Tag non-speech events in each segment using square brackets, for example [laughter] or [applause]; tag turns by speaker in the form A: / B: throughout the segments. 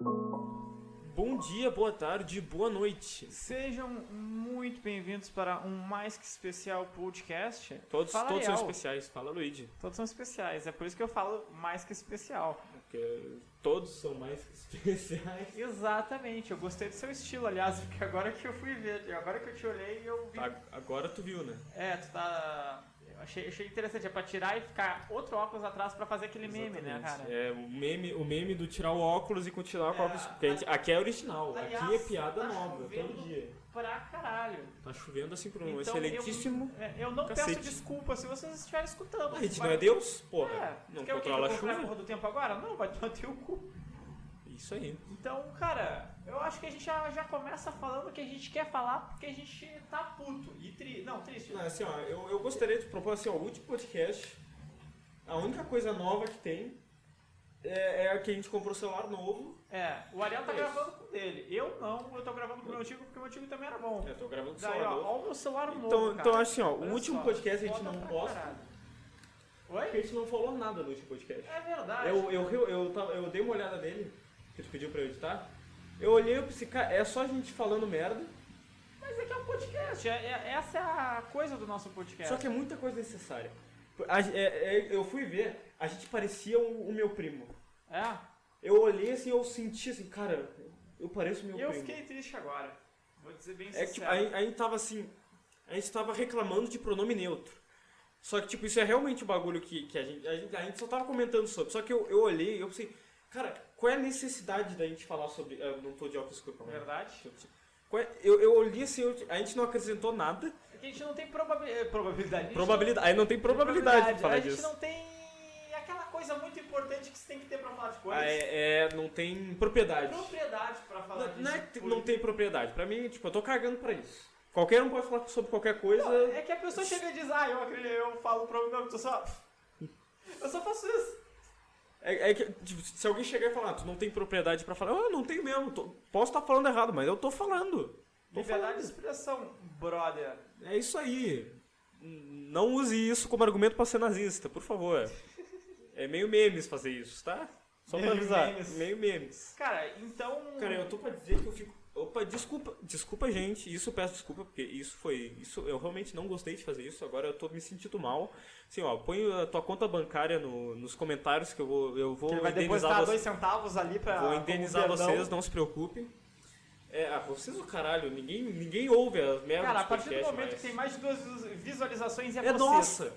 A: Bom dia, boa tarde, boa noite.
B: Sejam muito bem-vindos para um mais que especial podcast.
A: Todos,
B: Fala
A: todos são
B: real.
A: especiais, fala Luigi.
B: Todos são especiais, é por isso que eu falo mais que especial.
A: Porque todos são mais que [laughs] especiais.
B: Exatamente, eu gostei do seu estilo, aliás, [laughs] porque agora que eu fui ver, agora que eu te olhei, eu vi.
A: Tá, agora tu viu, né?
B: É, tu tá. Eu achei, achei interessante, é pra tirar e ficar outro óculos atrás pra fazer aquele meme, né,
A: Exatamente.
B: cara?
A: É, o meme, o meme do tirar o óculos e continuar com o
B: É,
A: óculos. Porque a gente- aqui é original, aqui é
B: Aliás,
A: piada
B: tá
A: nova, todo
B: chovendo
A: dia.
B: Pra caralho.
A: Tá chovendo assim por um
B: Então,
A: excelentíssimo.
B: Eu, é, eu não
A: cacete.
B: peço desculpa se vocês estiverem escutando.
A: A gente
B: Vai-
A: não é Deus, porra.
B: É,
A: não
B: quer o
A: controla
B: quê? Que
A: a
B: eu vou comprar a
A: chuva.
B: porra do tempo agora? Não, vai bater o cu.
A: Isso aí.
B: Então, cara, eu acho que a gente já, já começa falando o que a gente quer falar porque a gente tá puto e tri... Não, triste. né?
A: Não, assim, ó, eu, eu gostaria de propor assim, ó, o último podcast, a única coisa nova que tem é, é que a gente comprou um celular novo.
B: É, o Ariel tá
A: Isso.
B: gravando com o dele. Eu não, eu tô gravando com o meu antigo porque o meu antigo também era bom.
A: É, Eu tô gravando com o
B: Daí,
A: celular
B: ó,
A: novo.
B: ó o meu celular novo,
A: Então,
B: cara.
A: então assim, ó,
B: Olha
A: o último
B: só,
A: podcast a gente
B: foda
A: não
B: pra
A: posta,
B: caralho.
A: porque
B: Oi?
A: a gente não falou nada no último podcast.
B: É verdade.
A: Eu, eu, eu, eu, tava- eu dei uma olhada nele, que tu pediu pra eu editar. Eu olhei e pensei, cara, é só a gente falando merda,
B: Mas é que é um podcast, é- é- essa é a coisa do nosso podcast.
A: só que é muita coisa necessária. A- é- é- eu fui ver, a gente parecia o, o meu primo.
B: É?
A: Eu olhei assim, eu senti assim, cara, eu pareço meu
B: E eu
A: primo.
B: fiquei triste agora. Vou dizer bem
A: É
B: sincero.
A: que tipo, a, a gente tava assim. A gente tava reclamando de pronome neutro. Só que, tipo, isso é realmente o bagulho que, que a, gente, a gente. a gente só tava comentando sobre. Só que eu, eu olhei e eu pensei, cara, qual é a necessidade da gente falar sobre. ah, não tô de óculos escuro,
B: É.
A: calma aí.
B: Verdade?
A: Qual é- eu, eu olhei assim, eu- a gente não acrescentou nada.
B: É que a gente não tem probabi- eh, probabilidade. A gente
A: Probabilidade. Aí não tem probabilidade de falar
B: A gente
A: disso.
B: não tem aquela coisa muito importante que você tem que ter pra falar de coisas.
A: Ah, é, é, não tem propriedade.
B: Propriedade pra falar
A: Não,
B: disso.
A: não é que não tem propriedade. Pra mim, tipo, eu tô cagando pra isso. Qualquer um pode falar sobre qualquer coisa.
B: É que a pessoa chega e diz, ah, eu acredito, eu falo pra mim, eu só. Eu só faço isso.
A: É, é que, tipo, se alguém chegar e falar, "Ah, tu não tem propriedade pra falar, eu não tenho mesmo, tô- posso estar falando errado, mas eu tô falando. Tô
B: Liberdade de
A: falando.
B: expressão, brother.
A: É isso aí. N- Não use isso como argumento pra ser nazista, por favor. É meio memes fazer isso, tá? Só pra
B: Meio
A: avisar.
B: memes.
A: Meio memes.
B: Cara, então.
A: Cara, eu tô pra dizer que eu fico. Opa, desculpa, desculpa, gente. Isso eu peço desculpa, porque isso foi. Isso eu realmente não gostei de fazer isso. Agora eu tô me sentindo mal. Assim, ó, põe a tua conta bancária no- nos comentários que eu vou. Eu vou
B: Ele vai
A: indenizar
B: depositar
A: você.
B: dois centavos ali pra.
A: Vou
B: como
A: indenizar
B: perdão.
A: vocês, não se preocupem. É, ah, vocês o caralho, ninguém, ninguém ouve as merdas
B: Cara, a
A: de
B: partir do
A: podcast,
B: momento
A: mas-
B: que tem mais de duas visualizações é,
A: É
B: vocês.
A: nossa!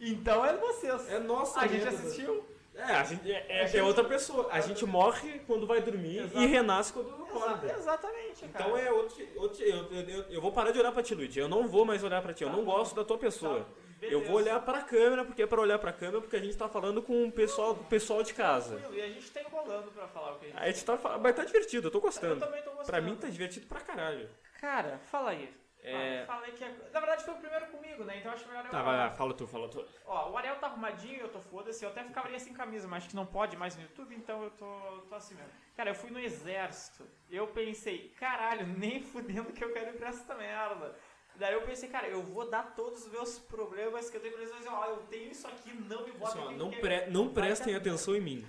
B: Então é vocês.
A: É nossa
B: A gente
A: merda.
B: assistiu.
A: É, a gente, é, é-
B: A gente-
A: é outra pessoa. A gente morre quando vai dormir
B: Exato.
A: e renasce quando acorda.
B: Exatamente, cara.
A: Então é outro. outro eu, eu, eu, eu vou parar de olhar pra ti, Luigi. Eu não vou mais olhar pra ti. Eu
B: Tá
A: não
B: bom.
A: gosto da tua pessoa.
B: Tá, beleza.
A: eu vou olhar pra câmera, porque é pra olhar pra câmera, porque a gente tá falando com o pessoal, pessoal de casa.
B: Tranquilo, E a gente tá enrolando pra falar o que a gente
A: A gente tá, fa- mas tá divertido, eu tô
B: Eu
A: gostando.
B: também tô gostando.
A: Pra mim tá divertido pra caralho.
B: Cara, fala aí.
A: É.
B: Fala- Fala aí que é... Na verdade foi o primeiro comigo, né? Então acho melhor eu
A: Tá, vai
B: falar.
A: lá, fala tu, fala tu.
B: Ó, o Ariel tá arrumadinho e eu tô foda-se. Eu até ficaria sem camisa, mas acho que não pode mais no YouTube, então eu tô, tô assim mesmo. Cara, eu fui no exército. Eu pensei, caralho, nem fudendo que eu quero ir pra essa merda. Daí eu pensei, cara, eu vou dar todos os meus problemas que eu tenho pra eles. mas, Ó, eu tenho isso aqui, não me bota
A: Assim, ó,
B: aqui,
A: não,
B: porque-
A: pre- não
B: Vai
A: prestem
B: dar-
A: atenção em mim.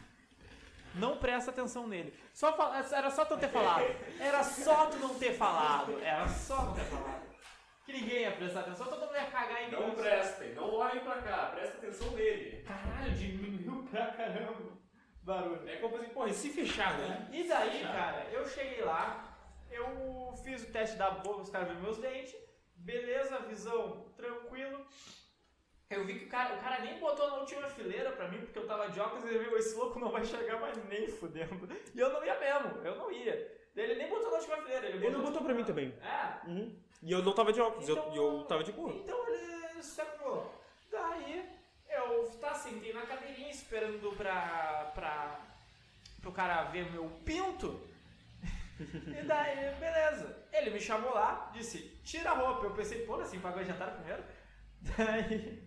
B: Não presta atenção nele. Só fala- Era só tu ter falado. Era só tu não ter falado. Era só tu ter falado. Que ninguém ia prestar atenção, todo mundo ia cagar assim, em mim.
A: prestem, não olhem pra cá, presta atenção nele.
B: Caralho, diminuiu pra caramba. o Barulho.
A: É como assim, porra, e se fechar, né?
B: E daí, cara, eu cheguei lá, eu fiz o teste da boca, os caras viram meus dentes, beleza, visão tranquilo. Eu vi que o cara, o cara nem botou na última vileira pra mim, porque eu tava de óculos e ele viu, esse louco não vai chegar mais nem fudendo. E eu não ia mesmo, eu não ia. Daí Ele nem botou na última fileira. Ele,
A: Ele não botou pra mim também.
B: É.
A: Uhum. E eu não tava de óculos, eu- eu, tava de boa.
B: Então ele se acumulou. Daí eu tá, sentei na cadeirinha esperando pra, pra, pro cara ver meu [laughs] pinto. e daí, beleza. Ele me chamou lá, disse, tira a roupa. Eu pensei, pô, assim, pagou jantar primeiro? [laughs] Daí,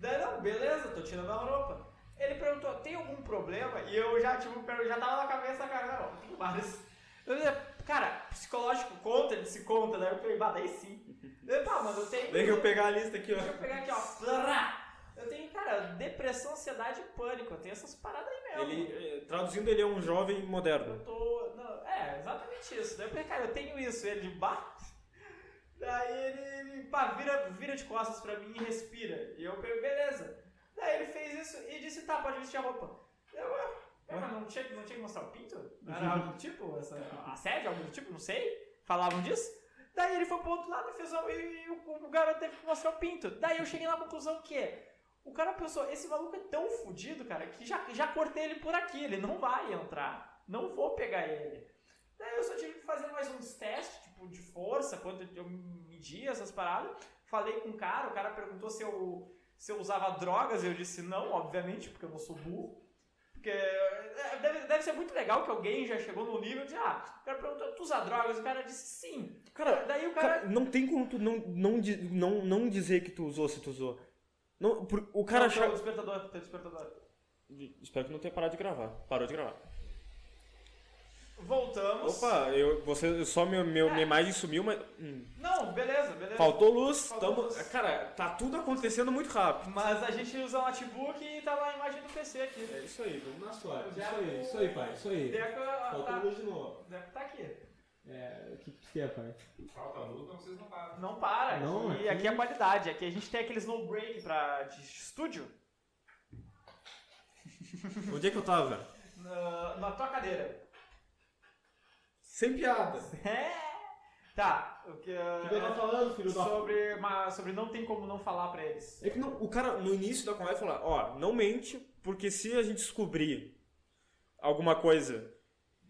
B: daí não, beleza, tô tirando a roupa. Ele perguntou, tem algum problema? E eu já, tipo, per- já tava na cabeça, cara, não, tem vários. Eu disse, cara, psicológico conta, ele disse conta, daí eu falei, bah, daí sim. Daí, pá, mas eu tenho...
A: Deixa eu pegar a lista aqui,
B: Deixa eu
A: ó.
B: pegar aqui, ó. Plá! Eu Depressão, ansiedade e pânico. Tem essas paradas aí mesmo.
A: Ele, eh, traduzindo, ele é um jovem moderno.
B: Eu tô. Não, é, exatamente isso. Daí eu falei, cara, eu tenho isso. Ele, bah. [laughs] Daí ele, ele, pá, vira, vira de costas pra mim e respira. E eu falei, beleza. Daí ele fez isso e disse, tá, pode vestir a roupa. Eu, ah, é, mas não tinha, não tinha que mostrar o pinto? Era algo do tipo? Essa, assédio, algo do tipo? Não sei. Falavam disso. Daí ele foi pro outro lado e fez o, e, o, o garoto teve que mostrar o pinto. Daí eu cheguei na conclusão que o cara pensou, esse maluco é tão fudido, cara, que já, já cortei ele por aqui, ele não vai entrar. Não vou pegar ele. Daí eu só tive que fazer mais uns testes, tipo, de força, quando eu medi essas paradas. Falei com o cara, o cara perguntou se eu, se eu usava drogas, eu disse não, obviamente, porque eu não sou burro. Porque é, deve, deve ser muito legal que alguém já chegou no nível de, ah, o cara perguntou, tu usa drogas? O cara disse sim.
A: Cara,
B: Daí o cara
A: cara, não tem como tu não, não, di- não, não dizer que tu usou se tu usou. Não, por- o cara
B: Não, tá,
A: achava.
B: o despertador, tá, o despertador.
A: Espero que não tenha parado de gravar. Parou de gravar.
B: Voltamos.
A: Opa, eu, você, só meu, meu- minha imagem sumiu, mas. hum.
B: Não, beleza, beleza.
A: É. Faltou luz,
B: Faltou
A: tamo-
B: luz.
A: Cara, tá tudo acontecendo muito rápido.
B: Mas a gente usa um notebook e tá lá a imagem do PC aqui.
A: É isso aí, vamos na
B: sorte.
C: Isso aí, isso aí, pai, isso aí.
B: Deco
C: É. Faltou
B: tá,
C: luz de novo.
B: Deco tá aqui.
C: É, o que que tem, pai?
D: Falta luz, mas vocês não param.
B: Não para.
C: Não,
B: aqui,
C: aqui-
B: aqui é a qualidade. Aqui a gente tem aqueles no break pra, de estúdio
A: [laughs] Onde é que eu tava?
B: na, na tua cadeira.
A: Sem piada.
B: [laughs] É. Tá. O que, é
C: O que que eu tô falando, filho da...
B: sobre, uma, sobre não tem como não falar pra eles.
A: É que não- o cara, no início da conversa, fala, ó, não mente, porque se a gente descobrir alguma coisa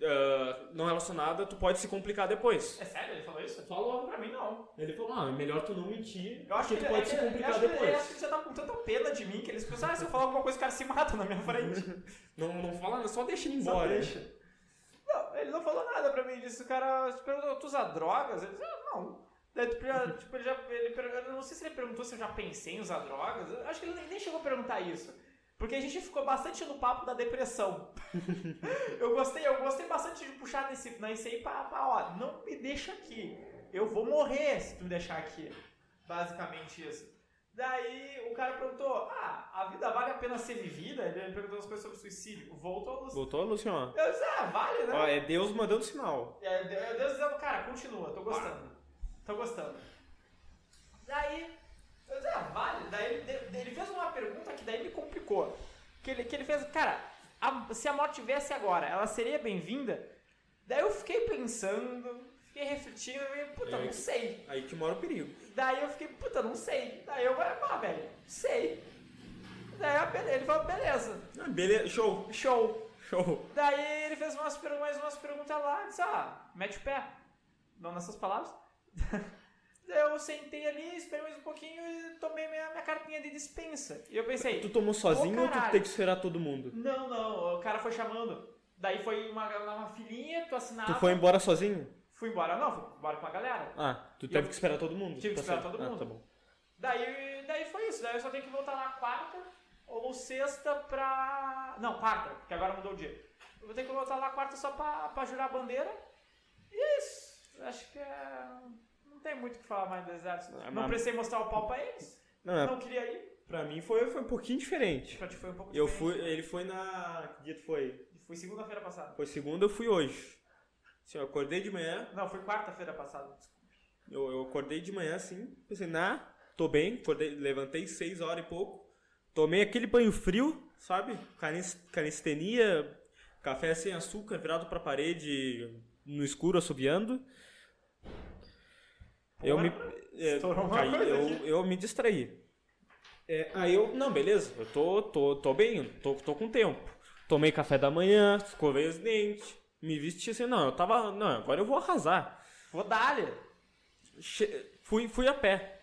A: ah, não relacionada, tu pode se complicar depois.
B: É sério? Ele falou isso?
C: Falou.
B: Pra mim não.
C: Ele falou, não, é melhor tu não mentir,
B: Eu acho
C: porque
B: que
C: tu pode
B: é
C: se
B: que- eu acho
C: complicar
B: que-
C: depois.
B: eu acho que ele já tá com tanta pena de mim que eles pensam, ah, se eu falar alguma coisa, o cara se mata na minha frente.
A: Não, não fala, só deixa ele
B: Só
A: embora.
B: deixa. Não, ele não falou nada pra mim disso. O cara te perguntou, tu usa drogas? Ele disse, ah, não. Daí, tu já- tipo, ele já, ele, per- eu não sei se ele perguntou se eu já pensei em usar drogas. Eu acho que ele nem- nem chegou a perguntar isso. Porque a gente ficou bastante no papo da depressão. [laughs] eu gostei, eu gostei bastante de puxar nesse, nesse aí pra, pra, ó, não me deixa aqui. Eu vou morrer se tu me deixar aqui. Basicamente isso. Daí o cara perguntou, ah, a vida vale a pena ser vivida? Ele perguntou as coisas sobre suicídio. Voltou ao
A: Voltou, Luciano?
B: eu disse, ah, vale, né?
A: Ó, é Deus mandando sinal.
B: E aí, Deus- Deus dizendo, cara, continua, tô gostando. Tô gostando. Daí, eu disse, ah, vale. Daí ele, de- ele fez uma pergunta que daí me complicou. Que ele, que ele fez, cara, a- se a morte viesse agora, ela seria bem-vinda? Daí eu fiquei pensando, fiquei refletindo, e, puta,
A: É.
B: não sei.
A: Aí que mora o perigo.
B: Daí eu fiquei, puta, não sei. Daí eu, ah, velho, não sei. Daí ah, bele- ele falou, beleza,
A: Ah, beleza, show,
B: show.
A: show.
B: Daí ele fez umas, per- mais umas perguntas lá, disse, ah, mete o pé. Não nessas palavras. [laughs] Daí eu sentei ali, esperei mais um pouquinho e tomei minha, minha cartinha de dispensa. E eu pensei,
A: Tu tomou sozinho
B: Ô,
A: ou tu
B: caralho.
A: tem que esperar todo mundo?
B: não, não, o cara foi chamando. Daí foi uma, uma filhinha, tu assinava.
A: Tu foi embora sozinho?
B: Fui embora, não, fui embora com a galera.
A: Ah, tu
B: Eu-
A: teve que esperar todo mundo.
B: Tive que
A: Tá
B: esperar
A: certo.
B: todo
A: Ah,
B: mundo.
A: tá bom.
B: Daí, daí foi isso, daí eu só tenho que voltar lá quarta ou sexta pra. Não, quarta, porque agora mudou o dia. Eu vou ter que voltar lá quarta só pra, pra jurar a bandeira. E é isso. Acho que é. Não tem muito o que falar mais do exército.
A: Ah,
B: não
A: mas-
B: precisei mostrar o pau pra eles.
A: Não, é,
B: Não queria ir.
A: pra mim foi, foi um pouquinho diferente.
B: Pra ti foi um pouco
A: Eu
B: diferente.
A: fui, ele foi na. Que dia tu foi?
B: Fui segunda-feira passada.
A: Foi segunda, eu fui hoje. Assim, eu acordei de manhã,
B: Não, foi quarta-feira passada.
A: eu, eu acordei de manhã assim, pensei, na, tô bem, acordei, levantei seis horas e pouco, tomei aquele banho frio, sabe? Canis, canistenia, café sem açúcar, virado pra parede, no escuro, assobiando. Eu me, é,
B: estourou uma
A: caí,
B: coisa
A: eu, eu me distraí. É, aí eu, não, beleza, eu tô, tô, tô bem, eu tô, tô com tempo. Tomei café da manhã, escovei os dentes, me vesti assim, não, eu tava, não, agora eu vou arrasar.
B: Vou dar
A: Che- fui, fui a pé.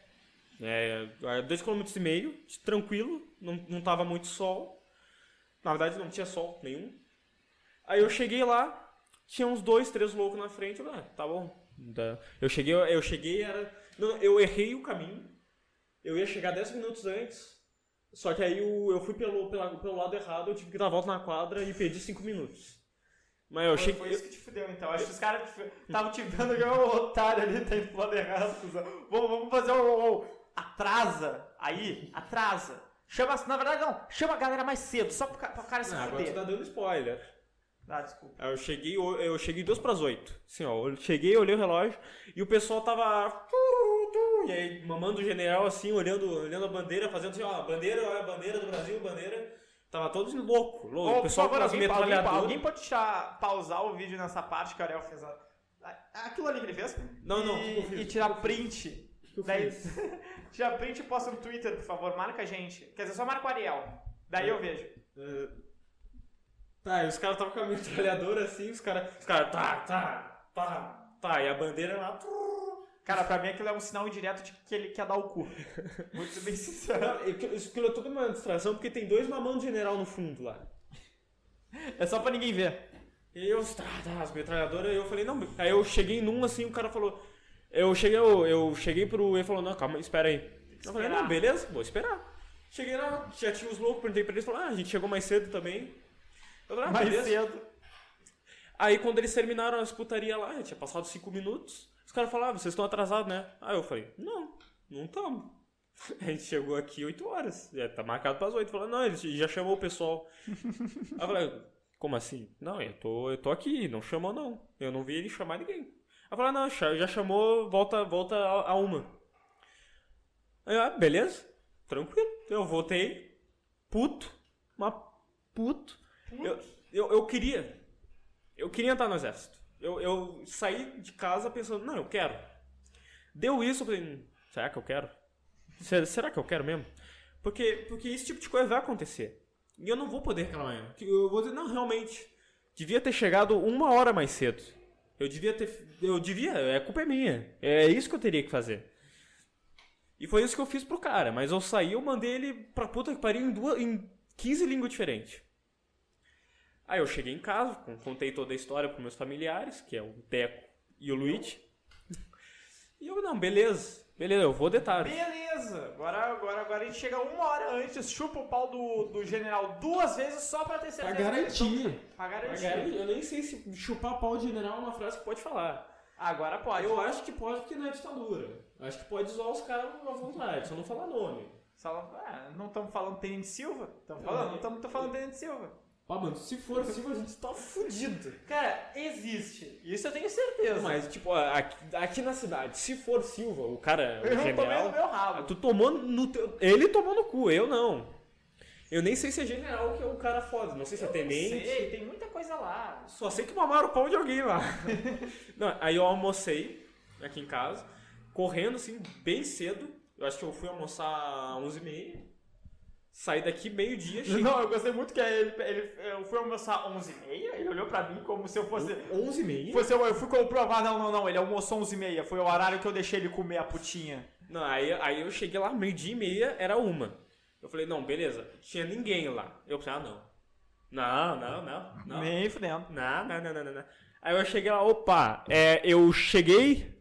A: É, 2,5 km, tranquilo, não, não tava muito sol. Na verdade, não tinha sol nenhum. Aí eu cheguei lá, tinha uns dois, três loucos na frente. Eu, falei, ah, tá bom. Dá. Eu cheguei, eu cheguei, era. Não, eu errei o caminho. Eu ia chegar 10 minutos antes. Só que aí eu, eu fui pelo, pela- pelo lado errado, eu tive que dar a volta na quadra e perdi 5 minutos. Mas eu
B: Foi, foi
A: cheguei.
B: isso que te fudeu, então. Acho que os caras te- estavam te vendo que é um otário ali, tá indo um, pro lado errado, cuzão. Vamos, vamos fazer o. o- atrasa! Aí, atrasa! Chama, na verdade, não. Chama a galera mais cedo, só pro, ca- pro cara se
A: Ah, agora tu
B: fuder.
A: tá dando spoiler.
B: Ah, desculpa.
A: Aí Eu cheguei, eu eu cheguei duas pras oito. Assim, ó, eu cheguei, olhei o relógio e o pessoal tava. tu, tu, E aí, mamando o general, assim, olhando, olhando a bandeira, fazendo assim, ó, bandeira, olha a bandeira do Brasil, bandeira. Tava todos louco,
B: Ô,
A: louco. o
B: por
A: pessoal
B: favor,
A: com as
B: alguém, alguém,
A: metralhadoras.
B: alguém pode deixar, pausar o vídeo nessa parte que o Ariel fez. a- a- Aquilo ali que ele fez?
A: Não, tipo um não, o que
B: E,
A: eu fiz?
B: e tirar print.
A: que eu
B: Daí,
A: fiz?
B: [laughs] tira print e posta no Twitter, por favor. Marca a gente. Quer dizer, só marca o Ariel.
A: É.
B: Daí eu vejo.
A: Eh, Tá, e os caras estavam com a metralhadora assim, os caras. Os caras, tá, tá, tá, tá. E a bandeira lá. tu.
B: Cara, pra mim aquilo é um sinal indireto de que ele quer dar o [laughs] cu. Muito bem sincero.
A: Não, e aquilo- Isso aquilo é tudo uma distração porque tem dois mamão de general no fundo lá.
B: É só pra ninguém ver.
A: E eu, tá, tá, as metralhadoras, eu falei, não, meu. aí eu cheguei num assim, o cara falou, eu cheguei, eu, eu cheguei pro, ele falou, não, calma, espera aí. Eu falei,
B: esperar.
A: não, beleza, vou esperar. Cheguei lá, já tinha os loucos, perguntei pra eles, falaram, ah, a gente chegou mais cedo também. Eu falei, ah,
B: Mais
A: beleza.
B: cedo.
A: Aí quando eles terminaram as putaria lá, tinha passado cinco minutos, os caras falaram, ah, vocês estão atrasados, né? Aí eu falei, não, não estamos. [laughs] A gente chegou aqui 8 horas, já tá marcado pras 8. Falou, não, ele já chamou o pessoal. Aí eu falei, como assim? Não, eu tô, eu tô aqui, não chamou não. Eu não vi ele chamar ninguém. Aí eu falei, "Ah, não, cha- já chamou, volta, volta a, a uma. Aí, eu, ah, beleza, tranquilo. Eu voltei, puto, mas puto. Eu, eu, eu queria, eu queria entrar no exército. Eu, eu saí de casa pensando, não, eu quero. Deu isso, eu falei, "Hum, será que eu quero? Se- Será que eu quero mesmo? Porque, porque esse tipo de coisa vai acontecer. E eu não vou poder reclamar. Eu vou dizer, não, realmente. Devia ter chegado uma hora mais cedo. Eu devia ter. Eu devia, a culpa é minha. É isso que eu teria que fazer. E foi isso que eu fiz pro cara, mas eu saí, eu mandei ele pra puta que pariu em, duas, em 15 línguas diferentes. Aí eu cheguei em casa, con- contei toda a história pros meus familiares, que é o Deco e o Luigi. E eu, não, beleza, beleza, eu vou detalhe.
B: Beleza. Agora, agora, agora a gente chega uma hora antes, chupa o pau do, do general duas vezes só pra ter
C: Pra
B: certeza. é
C: garantir.
B: Pra
A: Mas,
B: garantir.
A: cara, Eu nem sei se chupar pau de general é uma frase que pode falar.
B: Agora pode.
A: Eu acho que pode porque não é ditadura. Eu acho que pode zoar os caras à vontade, só não falar nome.
B: Só- ah, não estamos falando Tenente Silva? Estamos falando, não estamos falando Tenente Silva.
C: Ó, mano, se for Silva, a gente tá fudido.
B: Cara, existe. Isso eu tenho certeza.
A: Mas, tipo, a- aqui, aqui na cidade, se for Silva, o cara, o
B: eu não tomei no
A: general. ah,
B: meu rabo.
A: Tu tomou no teu. Ele tomou no cu, eu não. Eu nem sei se é general que é um cara foda, não sei se é
B: Não
A: tenente.
B: sei, tem muita coisa lá.
A: Só sei que mamaram o pau de alguém lá. [laughs] Não, aí eu almocei aqui em casa, correndo assim, bem cedo. Eu acho que eu fui almoçar às 11h30. Saí daqui meio-dia, cheguei.
B: Não, eu gostei muito que ele, ele eu fui almoçar 11h30, ele olhou pra mim como se eu fosse...
A: 11h30?
B: fosse eu, eu fui comprovar, não, não, não, ele almoçou 11h30, foi o horário que eu deixei ele comer a putinha.
A: Não, aí, aí eu cheguei lá, meio-dia e meia, era uma. Eu falei, não, beleza, tinha ninguém lá. Eu pensei, ah, não. Não, não, não, não.
B: Nem fudendo.
A: Não, não, não, não, não, não. Aí eu cheguei lá, opa, é, eu cheguei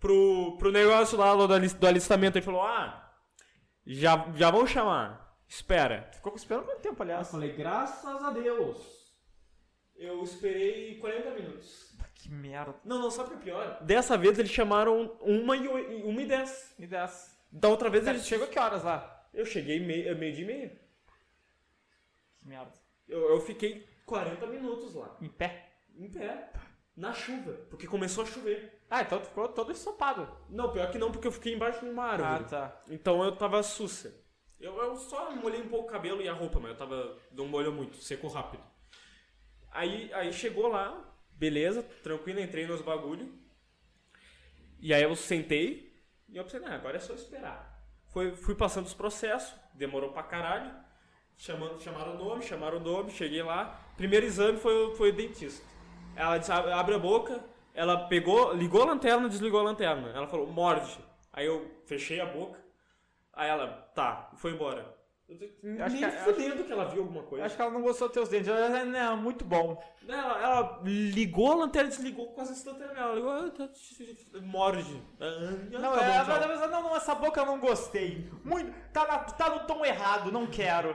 A: pro, pro negócio lá do, alis- do alistamento. Ele falou, ah, já, já vão chamar, espera.
B: Ficou com esperando quanto tempo,
C: Eu
B: aliás?
C: falei, graças a Deus.
A: Eu esperei 40 minutos.
B: Ah, Que merda.
A: Não, não, sabe o que é pior? Dessa vez eles chamaram uma e, oi- e uma e dez.
B: Me dessa.
A: Da outra vez
B: Ele
A: eles...
B: chegou que horas lá?
A: Eu cheguei meio, é meio dia e meia.
B: Que merda.
A: Eu, eu fiquei 40 minutos lá,
B: Em pé.
A: em pé, na chuva, porque começou a chover.
B: Ah, então tu ficou todo ensopado.
A: Não, pior que não, porque eu fiquei embaixo de uma árvore.
B: Ah, tá.
A: Então eu tava sussa. Eu, eu só molhei um pouco o cabelo e a roupa, mas eu tava. não molhou muito, secou rápido. Aí, aí chegou lá, beleza, tranquilo, entrei nos bagulho. E aí eu sentei e eu pensei, não, agora é só esperar. Foi, fui passando os processos, demorou pra caralho. Chamando, chamaram o nome, chamaram o nome, cheguei lá. Primeiro exame foi, o- foi o dentista. Ela disse, "Ab- abre a boca, ela pegou, ligou a lanterna, desligou a lanterna. Ela falou, morde. Aí eu fechei a boca. Aí ela, tá, foi embora. Eu tô-
B: acho
A: Nem
B: que- acho-
A: fudendo que ela viu alguma coisa.
B: Acho que ela não gostou dos teus dentes. Ela, não, muito bom.
A: Ela, ela ligou a lanterna, desligou quase instantaneamente. Ela ligou, ah, tá, morde. Ah, ah,
B: Não,
A: tá
B: é,
A: bom, tchau.
B: mas- mas- não, não, essa boca eu não gostei. Muito. Tá, na- tá no tom errado, não quero.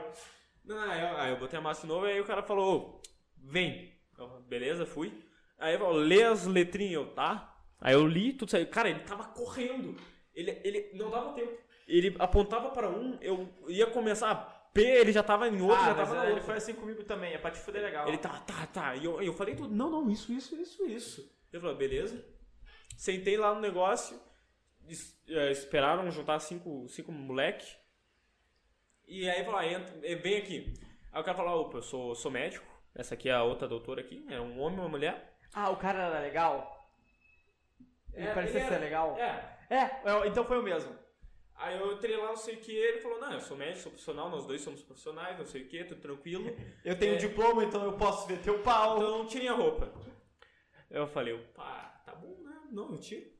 A: Não, não, aí eu, aí eu botei a massa de novo e aí o cara falou, "Ô, vem. Eu, beleza, fui. Aí eu falou, lê as letrinhas, eu, tá? Aí eu li, tudo saiu. Cara, ele tava correndo. Ele, ele não dava tempo. Ele apontava pra um, eu ia começar a P, ele já tava em outro,
B: ah,
A: já
B: mas
A: tava na
B: ah, ele
A: outra.
B: foi assim comigo também, é pra te fuder legal.
A: Ele tá, tá, tá. E eu, eu falei tudo, não, não, isso, isso, isso, isso. Eu falei, beleza. Sentei lá no negócio, es- eh, esperaram juntar cinco, cinco moleque. E aí fala, entra, eh, vem aqui. Aí o cara fala, opa, eu sou, sou médico. Essa aqui é a outra doutora aqui, é um homem e uma mulher.
B: Ah, o cara era legal? Ele
A: É,
B: parecia
A: ele
B: ser
A: era-
B: legal?
A: É.
B: É, eu- então foi o mesmo.
A: Aí eu entrei lá, não sei o que, ele falou, não, eu sou médico, sou profissional, nós dois somos profissionais, não sei o que, tudo tranquilo.
B: Eu tenho
A: É.
B: diploma, então eu posso ver teu pau.
A: Então tirem a roupa. Eu falei, pá, tá bom, né? Não, eu tiro.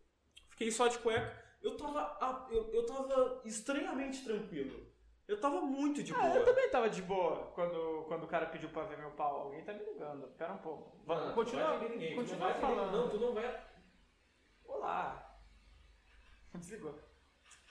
A: Fiquei só de cueca. Eu tava, a- eu, eu tava estranhamente tranquilo. É, Eu tava muito de
B: ah, eu
A: boa.
B: também tava de boa quando, quando o cara pediu pra ver meu pau. Alguém tá me ligando, pera um pouco. Vamos,
A: Não,
B: continua,
A: não vai atender ninguém, tu
B: continua
A: não vai atender-
B: falando.
A: Não, tu não vai.
B: Olá. [laughs] Desligou.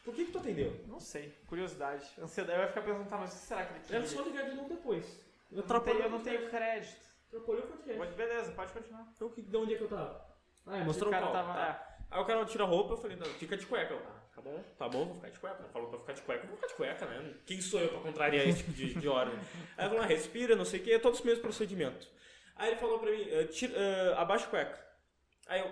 A: Por que que tu atendeu?
B: Não sei, curiosidade. Ansiedade. Eu ia ficar pensando, tá, mas o que será que ele queria?
A: Era só ligar de novo depois.
B: Eu não tenho, eu não
A: o
B: tenho
A: podcast.
B: crédito.
A: Atrapalhou o podcast.
B: Mas beleza, pode continuar.
A: Então que- de onde é que eu tava? Ah, mostrou
B: o cara
A: pau,
B: tava.
A: tá.
B: é.
A: Aí o cara tira a roupa, eu falei, não, fica de cueca. Eu, ah, tá bom, tá bom, vou ficar de cueca. Ele Falou pra ficar de cueca, eu vou ficar de cueca, né? Quem sou eu pra contrariar esse tipo de, de ordem? Aí ele falou, ah, respira, não sei o quê, é todos os mesmos procedimentos. Aí ele falou pra mim, eh, tira, eh, abaixa a cueca. Aí eu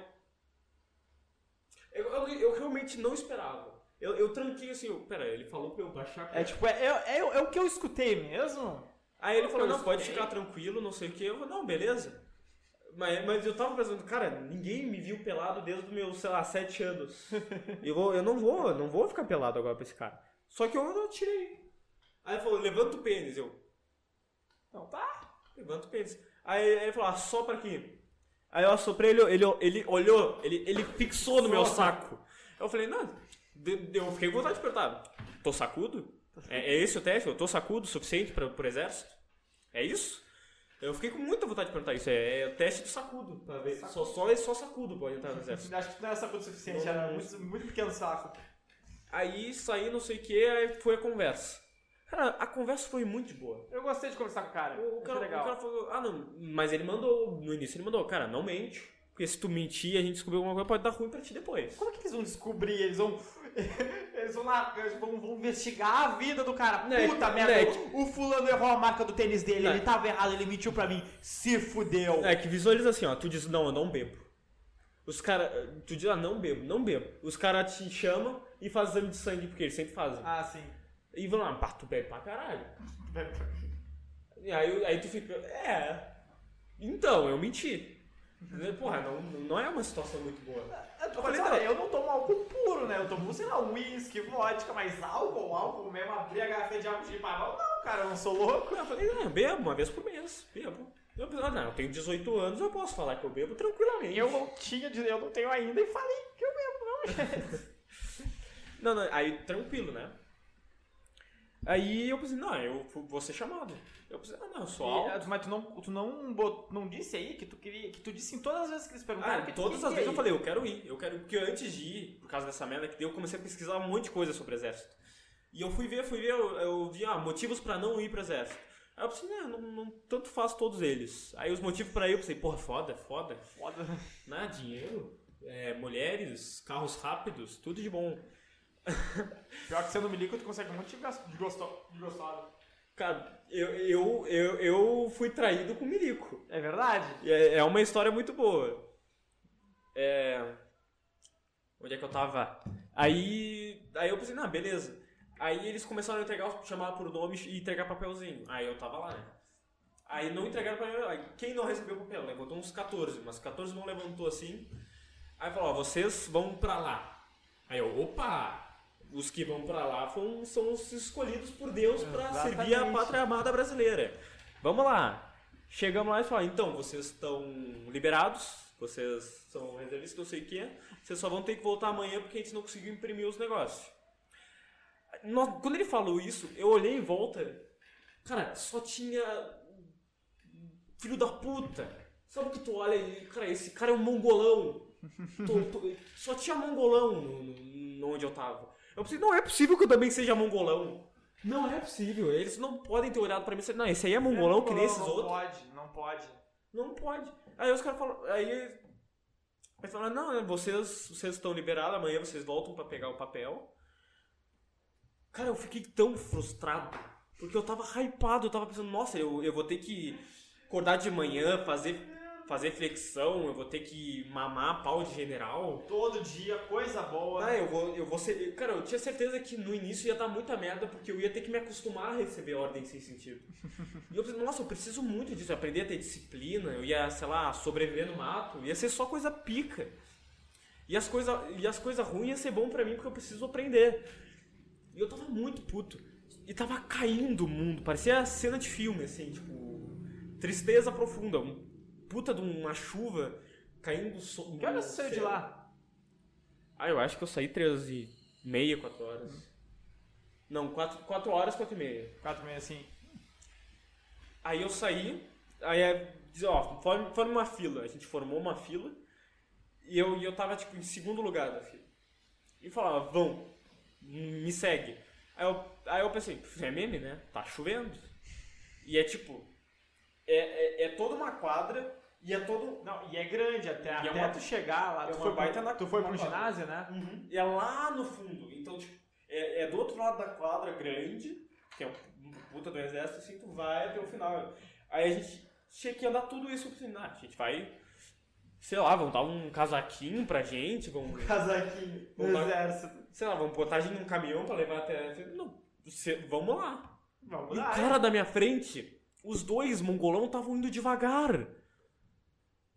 A: eu, eu... eu realmente não esperava. Eu, eu tranquei assim, eu, pera, ele falou pra eu baixar a cueca.
B: É tipo, é, é, é, o- é o que eu escutei mesmo?
A: Aí ele falou,
B: Eu
A: não, pode
B: escutei.
A: ficar tranquilo, não sei o que. Eu falei, não, beleza. Mas, mas eu tava pensando, cara, ninguém me viu pelado desde os meus, sei lá, sete anos. eu, vou, eu não vou, não vou ficar pelado agora pra esse cara. Só que eu não tirei. Aí ele falou, levanta o pênis. Eu,
B: Então tá.
A: levanta o pênis. Aí ele falou, assopra aqui. Aí eu assoprei, ele, ele, ele olhou, ele, ele fixou no meu saco. Eu falei, não, de- de- eu fiquei com vontade de perguntar, tô sacudo? É, é esse o teste? Eu tô sacudo o suficiente pra, pro exército? É isso? Eu fiquei com muita vontade de perguntar isso, é, é o teste do sacudo, pra ver. Só, só, só sacudo pode entrar no exército.
B: Acho que não era saco o suficiente, era muito, muito pequeno saco.
A: Aí saí, não sei o que, aí foi a conversa. Cara, a conversa foi muito boa.
B: Eu gostei de conversar com o cara.
A: O, o
B: achei
A: cara,
B: legal.
A: o cara falou, ah não, mas ele mandou, no início ele mandou, cara, não mente. Porque se tu mentir e a gente descobrir alguma coisa, pode dar ruim pra ti depois.
B: Como é que eles vão descobrir? Eles vão. [laughs] Eles vão lá. Eles vão, vão investigar a vida do cara.
A: Não, é
B: Puta
A: que-
B: merda.
A: não, é
B: O fulano errou a marca do tênis dele.
A: Não.
B: Ele tava errado, ele mentiu pra mim. Se fudeu.
A: É, que visualiza assim, ó, tu diz, não, eu não bebo. Os caras, tu diz, ah, não bebo, não bebo. Os caras te chamam e fazem exame de sangue, porque eles sempre fazem.
B: Ah, sim.
A: E vão lá, pá, tu bebe pra caralho. E aí, aí tu fica, é, então, eu menti. Porra, não, não é uma situação muito boa.
B: Eu, tô
A: Eu falei,
B: falando,
A: não.
B: eu não tomo álcool puro, né? Eu tomo, sei lá, uísque, vodka, mas álcool, álcool mesmo, abrir a garrafa de álcool de barão, não, cara, eu não sou louco.
A: Eu falei, não, eu bebo uma vez por mês, bebo. Eu, ah, não, eu tenho 18 anos, eu posso falar que eu bebo tranquilamente.
B: Eu não tinha, de- eu não tenho ainda e falei que eu mesmo, não, gente.
A: Não, não, aí tranquilo, né? Aí eu pensei, não, eu fu- vou ser chamado. Eu pensei, ah, não, eu sou alto.
B: Mas tu não, tu não, bot- não disse aí que tu queria, que tu disse em todas as vezes que eles perguntaram
A: Ah,
B: que tu
A: todas
B: queria
A: as vezes
B: ir.
A: eu falei, eu quero ir, eu quero ir. Porque antes de ir, por causa dessa merda que deu, eu comecei a pesquisar um monte de coisa sobre exército. E eu fui ver, fui ver, eu, eu vi, ah, motivos pra não ir pro exército. Aí eu pensei, né, não, não, não tanto faço todos eles. Aí os motivos pra ir, eu pensei, porra, foda, foda.
B: Foda.
A: Né, dinheiro, é, mulheres, carros rápidos, tudo de bom.
B: Pior que sendo milico, tu consegue um monte de gas- de gosto- de gostado.
A: Cara, eu, eu, eu, eu fui traído com milico.
B: É verdade?
A: E É, é uma história muito boa. É... Onde é que eu tava? Aí, aí eu pensei, não, beleza. Aí eles começaram a entregar, os- chamar por nome e entregar papelzinho. Aí eu tava lá, né? Aí não entregaram pra mim. aí Quem não recebeu o papel? Levantou uns 14, mas 14 não levantou assim. Aí falou, ó, vocês vão pra lá. Aí eu, opa! Os que vão pra lá foram- são os escolhidos por Deus pra
B: Exatamente.
A: servir a pátria amada brasileira. Vamos lá. Chegamos lá e falaram, então, vocês estão liberados, vocês são reservistas, não sei o que, vocês só vão ter que voltar amanhã porque a gente não conseguiu imprimir os negócios. Nó- Quando ele falou isso, eu olhei em volta, cara, só tinha filho da puta. Sabe que tu olha e, cara, esse cara é um mongolão. Tô- tô- só tinha mongolão no, no- no onde eu tava. Eu pensei, não é possível que eu também seja mongolão. Não é possível. Eles não podem ter olhado pra mim e said, não, esse aí é mongolão que nem esses
B: não
A: outros.
B: pode, não pode.
A: Não pode. Aí os caras falam, aí eles falaram, não, né, vocês vocês estão liberados, amanhã vocês voltam pra pegar o papel. Cara, eu fiquei tão frustrado. Porque eu tava hypado, eu tava pensando, nossa, eu, eu vou ter que acordar de manhã, fazer, fazer flexão, eu vou ter que mamar pau de general.
B: Todo dia, coisa boa.
A: Ah, eu vou, eu vou ser. Cara, eu tinha certeza que no início ia dar muita merda, porque eu ia ter que me acostumar a receber ordem sem sentido. E eu pensei, nossa, eu preciso muito disso, eu aprender a ter disciplina, eu ia, sei lá, sobreviver no mato, ia ser só coisa pica. E as coisas as coisa ruins ia ser bom pra mim porque eu preciso aprender. E eu tava muito puto. E tava caindo o mundo, parecia cena de filme, assim, tipo. Tristeza profunda, um puta de uma chuva caindo um so
B: Que horas você saiu de
A: céu.
B: lá?
A: Ah, eu acho que eu saí 13 e meia, 4 horas. Não, 4, quatro horas, 4 e meia.
B: Quatro meia assim.
A: Aí eu saí, aí é, diz, ó, forma, forma uma fila. A gente formou uma fila e eu, e eu tava, tipo, em segundo lugar da fila. E falava, vão, me segue. Aí eu, aí eu pensei, é meme, né? Tá chovendo. E é tipo, é, é, é toda uma quadra e é todo...
B: Não, e é grande até.
A: E é
B: até
A: uma-
B: tu chegar lá.
A: é
B: Tu
A: uma
B: foi,
A: baita na-
B: pro, tu foi
A: uma
B: pro
A: quadra.
B: ginásio, né?
A: E é lá no fundo. Então, tipo, é, é do outro lado da quadra grande, que é um puta do exército, assim, tu vai até o final. Aí a gente tinha que andar tudo isso assim, ah, a gente vai, sei lá, vão dar um casaquinho pra gente, vão,
B: Casaquinho do
A: Vamos lá.
B: exército.
A: sei lá, vão botar a gente num caminhão pra levar até. Não, você- vamos lá.
B: Vamos
A: E o
B: lá.
A: cara da minha frente, os dois mongolão estavam indo devagar.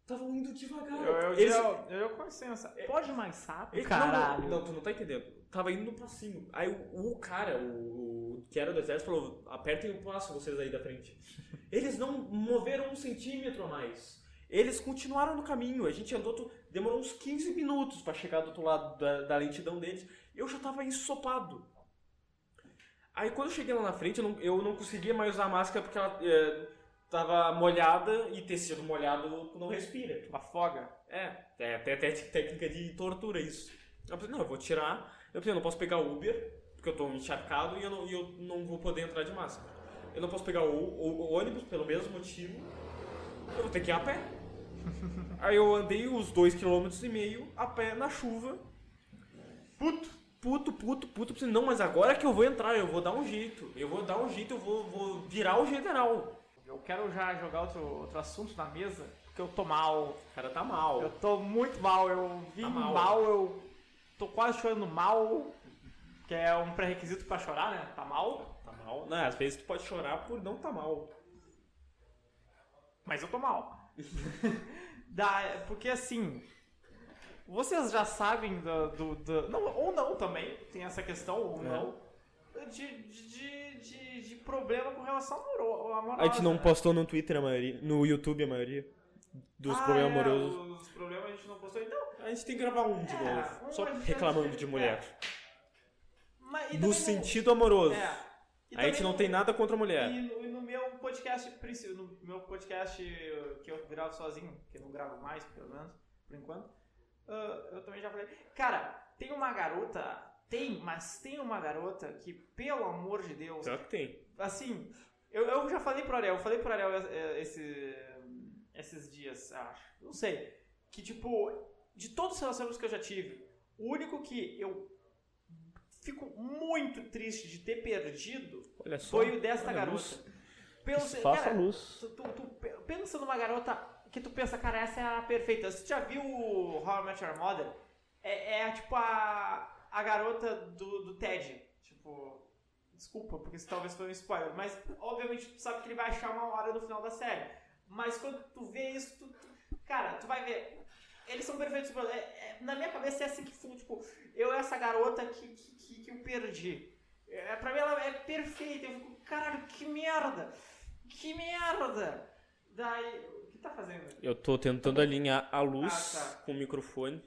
A: Estavam indo devagar.
B: Eu, eu,
A: Eles-
B: eu, eu, com licença. Pode mais rápido?
A: Ele-
B: Caralho.
A: Não, não, tu não tá entendendo. Tava indo no passinho. Aí o, o cara, o, o que era do exército, falou: apertem o passo, vocês aí da frente. Eles não moveram um centímetro a mais. Eles continuaram no caminho. A gente andou, tu- demorou uns 15 minutos pra chegar do outro lado da, da lentidão deles. Eu já tava ensopado. Aí quando eu cheguei lá na frente, eu não, eu não conseguia mais usar a máscara porque ela eh, tava molhada e tecido molhado tu não respira.
B: Tu afoga.
A: É, é até, até t- técnica de tortura isso. Eu pensei, não, eu vou tirar. Eu pensei, eu não posso pegar Uber, porque eu tô encharcado e eu não, e eu não vou poder entrar de máscara. Eu não posso pegar o, o- o ônibus pelo mesmo motivo. Eu vou ter que ir a [laughs] pé. Aí eu andei os dois quilômetros e meio a pé na chuva. Puto, puto, puto, puto. Eu pensei, não, mas agora que eu vou entrar, eu vou dar um jeito. Eu vou dar um jeito, eu vou, vou virar o general.
B: Eu quero já jogar outro, outro assunto na mesa, porque eu tô mal.
A: O cara tá mal.
B: Eu tô muito mal. Eu vim
A: Tá mal.
B: mal. eu tô quase chorando mal, que é um pré-requisito pra chorar, né? Tá mal.
A: Tá mal. Não, às vezes tu pode chorar por não tá mal.
B: Mas eu tô mal.
A: [laughs]
B: da, porque assim. Vocês já sabem do, do- do- não, ou não também, tem essa questão, ou
A: É.
B: não, de, de- de, de, de problema com relação à amoro- amorosa.
A: A gente não
B: né?
A: postou no Twitter a maioria, no YouTube a maioria dos
B: Ah,
A: problemas
B: é,
A: amorosos.
B: Os problemas a gente não postou. Então,
A: A gente tem que gravar um de
B: É,
A: novo,
B: um
A: só
B: a gente
A: reclamando
B: vai-
A: de mulher.
B: mas, e também
A: No
B: não-
A: sentido amoroso.
B: É. E
A: A gente
B: também
A: não tem nada é. contra a mulher.
B: E no, e no meu podcast, princi- no meu podcast eh, que eu gravo sozinho, que eu não gravo mais, pelo menos, por enquanto, ah, eu também já falei. Cara, tem uma garota, tem, mas tem uma garota que, pelo amor de Deus,
A: Será que tem?
B: assim, eu, eu já falei pro Ariel, eu falei pro Ariel eh, esse, esses dias, acho, não sei, que tipo, de todos os relacionamentos que eu já tive, o único que eu fico muito triste de ter perdido
A: Olha só.
B: foi o desta
A: olha,
B: garota.
A: luz.
B: Pelo,
C: Faça
B: cara,
C: luz.
B: tu, tu- tu pe- pensa numa garota que tu pensa, cara, essa é a perfeita. Você já viu o How I Met Your Mother? É, é tipo a, a garota do, do Ted. Tipo, desculpa, porque isso talvez foi um spoiler. Mas, obviamente, tu sabe que ele vai achar uma hora no final da série. Mas quando tu vê isso, tu, tu- cara, tu vai ver. Eles são perfeitos. mano. É- é- na minha cabeça é assim que funciona. Tipo, eu essa garota que, que, que, que eu perdi. É, pra mim ela é perfeita. Eu fico, caralho, que merda! Que merda! Daí. O que tá fazendo?
A: Eu tô tentando alinhar a luz
B: Ah, tá.
A: com o microfone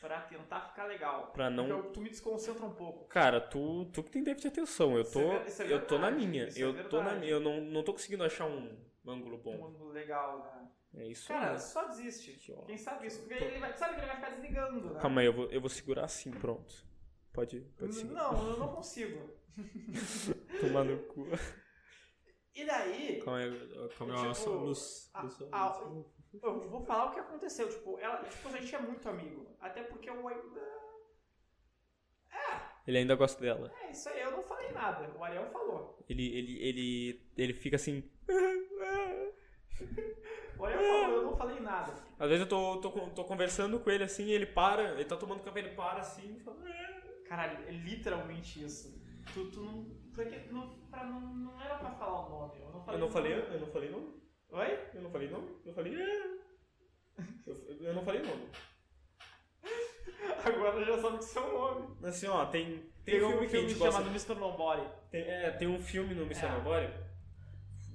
B: Pra tentar tá ficar legal.
A: pra não.
B: Porque eu- tu me desconcentra um pouco.
A: Cara, tu, tu que tem déficit de atenção. Eu
B: Isso
A: tô,
B: é ver- isso é
A: eu tô na
B: verdade,
A: minha.
B: isso é
A: Eu tô na
B: verdade.
A: minha. Eu não, não tô conseguindo achar um ângulo
B: Um
A: bom.
B: ângulo legal, né?
A: É isso
B: Cara,
A: mesmo.
B: só desiste.
A: Que ó-
B: Quem sabe isso? Porque ele vai, sabe que ele vai ficar desligando, né?
A: Calma aí, eu vou, eu vou segurar assim, pronto. Pode, pode segurar.
B: Não, eu não consigo.
A: Tomar no cu.
B: E daí,
A: Calma aí, calma aí,
B: Tipo,
A: ó, só luz.
B: a-
A: luz, só
B: a-
A: luz.
B: eu vou falar o que aconteceu. Tipo, ela, tipo, a gente é muito amigo. Até porque eu ainda.
A: A Ele ainda gosta dela.
B: É, isso aí eu não falei nada. O Ariel falou.
A: Ele, ele, ele, ele fica assim.
B: O Ariel falou, eu não falei nada.
A: Às vezes eu tô, tô, con- tô conversando com ele assim, e ele para, ele tá tomando café, ele para assim e fala.
B: Caralho, é literalmente isso. Tu, tu não. Porque não, pra, não, não era pra falar o nome. Eu não
A: Eu
B: falei.
A: não
B: o
A: falei,
B: nome.
A: eu não falei nome,
B: Oi? [laughs]
A: eu não falei nome, eu falei. "É". Eu, eu não falei nome.
B: Agora já sabe que isso é um nome.
A: Assim, ó, tem. Tem,
B: Tem
A: um filme que
B: um
A: a
B: filme
A: gente gosta.
B: chamado Mr. Nobody.
A: Tem, é, tem um filme no Missão
B: É.
A: Nobody.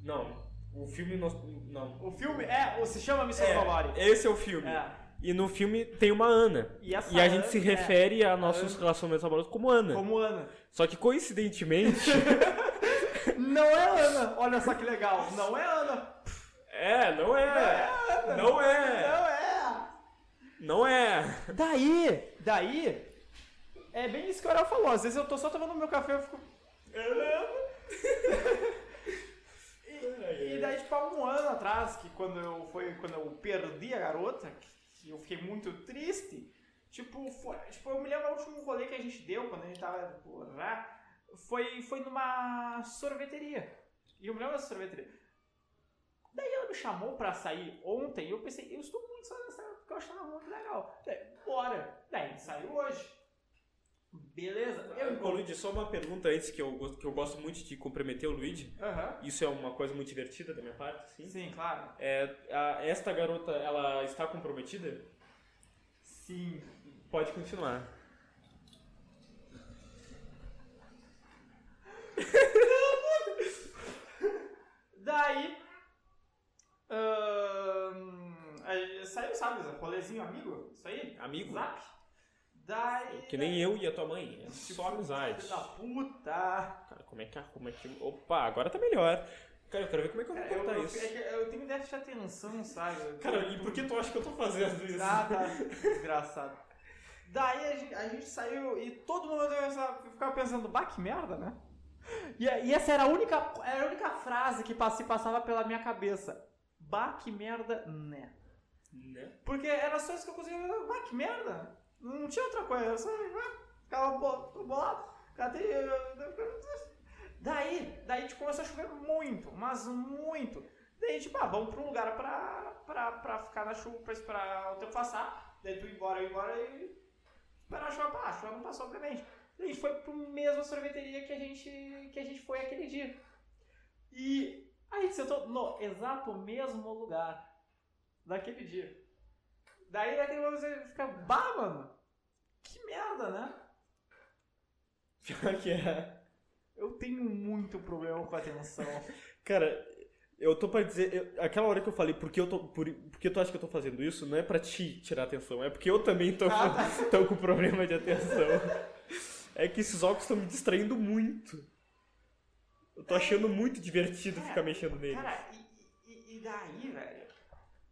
A: Não, o filme. Nós, não.
B: O filme é, ou se chama Mr. Nobody.
A: Esse é o filme.
B: É.
A: E no filme tem uma Ana.
B: E, essa
A: E a gente
B: Ana
A: se
B: é
A: refere a nossos relacionamentos amorosos como Ana.
B: como Ana. [laughs]
A: Só que coincidentemente.
B: Não é Ana! Olha só que legal. Não é Ana.
A: é, não é. Não é.
B: Não é.
A: Não é.
B: Daí, daí, é bem isso que o Ariel falou. Às vezes eu tô só tomando meu café e eu fico... E daí, tipo, há um ano atrás, que quando eu, foi, quando eu perdi a garota, que, que eu fiquei muito triste, tipo, foi, tipo, eu me lembro do último rolê que a gente deu, quando a gente tava tipo, lá, foi, foi numa sorveteria. E eu me lembro dessa sorveteria. Daí ela me chamou pra sair ontem e eu pensei, eu estou muito só nessa porque eu achava muito legal. Daí, bora! Daí a gente saiu hoje. Beleza.
A: Eu, ô,
B: Eu...
A: Luigi, só uma pergunta antes que eu, gosto- que eu gosto muito de comprometer o Luigi.
B: Aham.
A: Isso é uma coisa muito divertida da minha parte, assim.
B: Sim, claro.
A: É, a- esta garota, ela está comprometida?
B: Sim.
A: Pode continuar.
B: Daí. ahn, aí saiu, sabe, Zé? rolezinho amigo? Isso aí?
A: Amigo? É
B: Zap? Daí. tipo,
A: Que nem eu e a tua mãe. É só amizade.
B: Filho da puta!
A: Cara, como é que. Como é que opa, agora tá melhor. Cara, eu quero ver como é que eu vou
B: Cara, eu,
A: cortar
B: eu,
A: isso.
B: é que eu tenho déficit de atenção, sabe?
A: [laughs]
B: Eu-
A: Cara, e por que tu acha que eu tô fazendo isso?
B: Ah, tá. Desgraçado. Daí a gente, a gente saiu e todo mundo começava- ficava pensando, bah, que merda, né? E, e essa era a, única, era a única frase que passe- passava pela minha cabeça. Bah, que merda, né?
A: Né?
B: Porque era só isso que eu conseguia fazer. Ah, que merda! Não tinha outra coisa, era só. Ah, ficava bo- ficava bolado. Cadê? Daí, daí tipo, começou a chover muito, mas muito. Daí, tipo, ah, vamos pra um lugar pra, pra, pra ficar na chuva, pra esperar o tempo passar. Daí tu ir embora, eu ir embora e. Esperar a chuva passar. A chuva não passou, obviamente. Daí a gente foi pra mesma sorveteria que a gente, que a gente foi aquele dia. E a gente sentou no exato mesmo lugar daquele dia. Daí naquele momento você fica, bah, mano, que merda, né?
A: Pior que é.
B: Eu tenho muito problema com a [laughs] atenção.
A: Cara, eu tô pra dizer. eu- aquela hora que eu falei, por que eu tô. Por, por que tu acha que eu tô fazendo isso? Não é pra te tirar atenção, é porque eu também tô,
B: Ah,
A: [laughs] tô com problema de atenção. É que esses óculos estão me distraindo muito. Eu tô achando muito divertido ficar mexendo neles.
B: É, Cara, e, e- e daí, velho?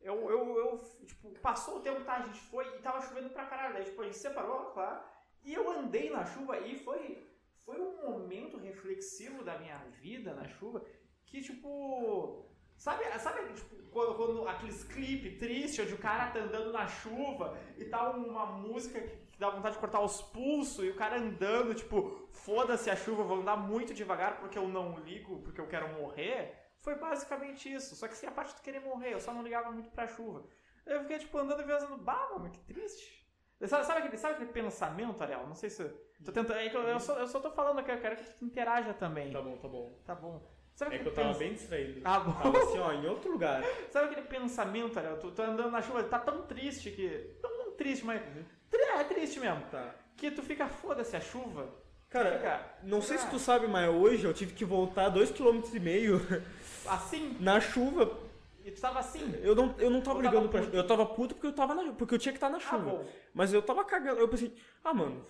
B: Eu, eu, eu, tipo, passou o tempo, tá? A gente foi e tava chovendo pra caralho. Daí, tipo, a gente separou, claro. E eu andei na chuva e foi, foi um momento reflexivo da minha vida na chuva que, tipo. Sabe, sabe tipo, quando, quando aqueles clipes tristes onde o cara tá andando na chuva e tá uma música que que dá vontade de cortar os pulsos e o cara andando, tipo, foda-se a chuva, vou andar muito devagar porque eu não ligo, porque eu quero morrer. Foi basicamente isso. Só que sem a parte de querer morrer, eu só não ligava muito pra chuva. Eu fiquei, tipo, andando e pensando, bah, mano, que triste. Sabe, sabe aquele, sabe aquele pensamento, Ariel? Não sei se. Tô tentando. é que eu, eu só, eu só tô falando aqui, eu quero que tu interaja também.
A: Tá bom, tá bom.
B: Tá bom. Sabe
A: É que
B: aquele
A: eu tava
B: pensamento?
A: bem distraído.
B: Ah, bom.
A: Tava assim, ó, em outro lugar.
B: Sabe aquele pensamento, Ariel? Tu tá andando na chuva, tá tão triste que. Não, não triste, mas. tri- É triste mesmo.
A: Tá.
B: Que tu fica foda-se a chuva.
A: Cara,
B: Fica.
A: não sei se tu sabe, mas hoje eu tive que voltar 2,5km
B: Assim?
A: na chuva.
B: E tu tava assim?
A: Eu não, eu não tava
B: Eu tava
A: ligando pra
B: puto.
A: chuva. Eu tava puto porque eu tava na, porque eu tinha que estar na
B: Ah,
A: chuva.
B: bom.
A: mas eu tava cagando. Eu pensei, ah, mano,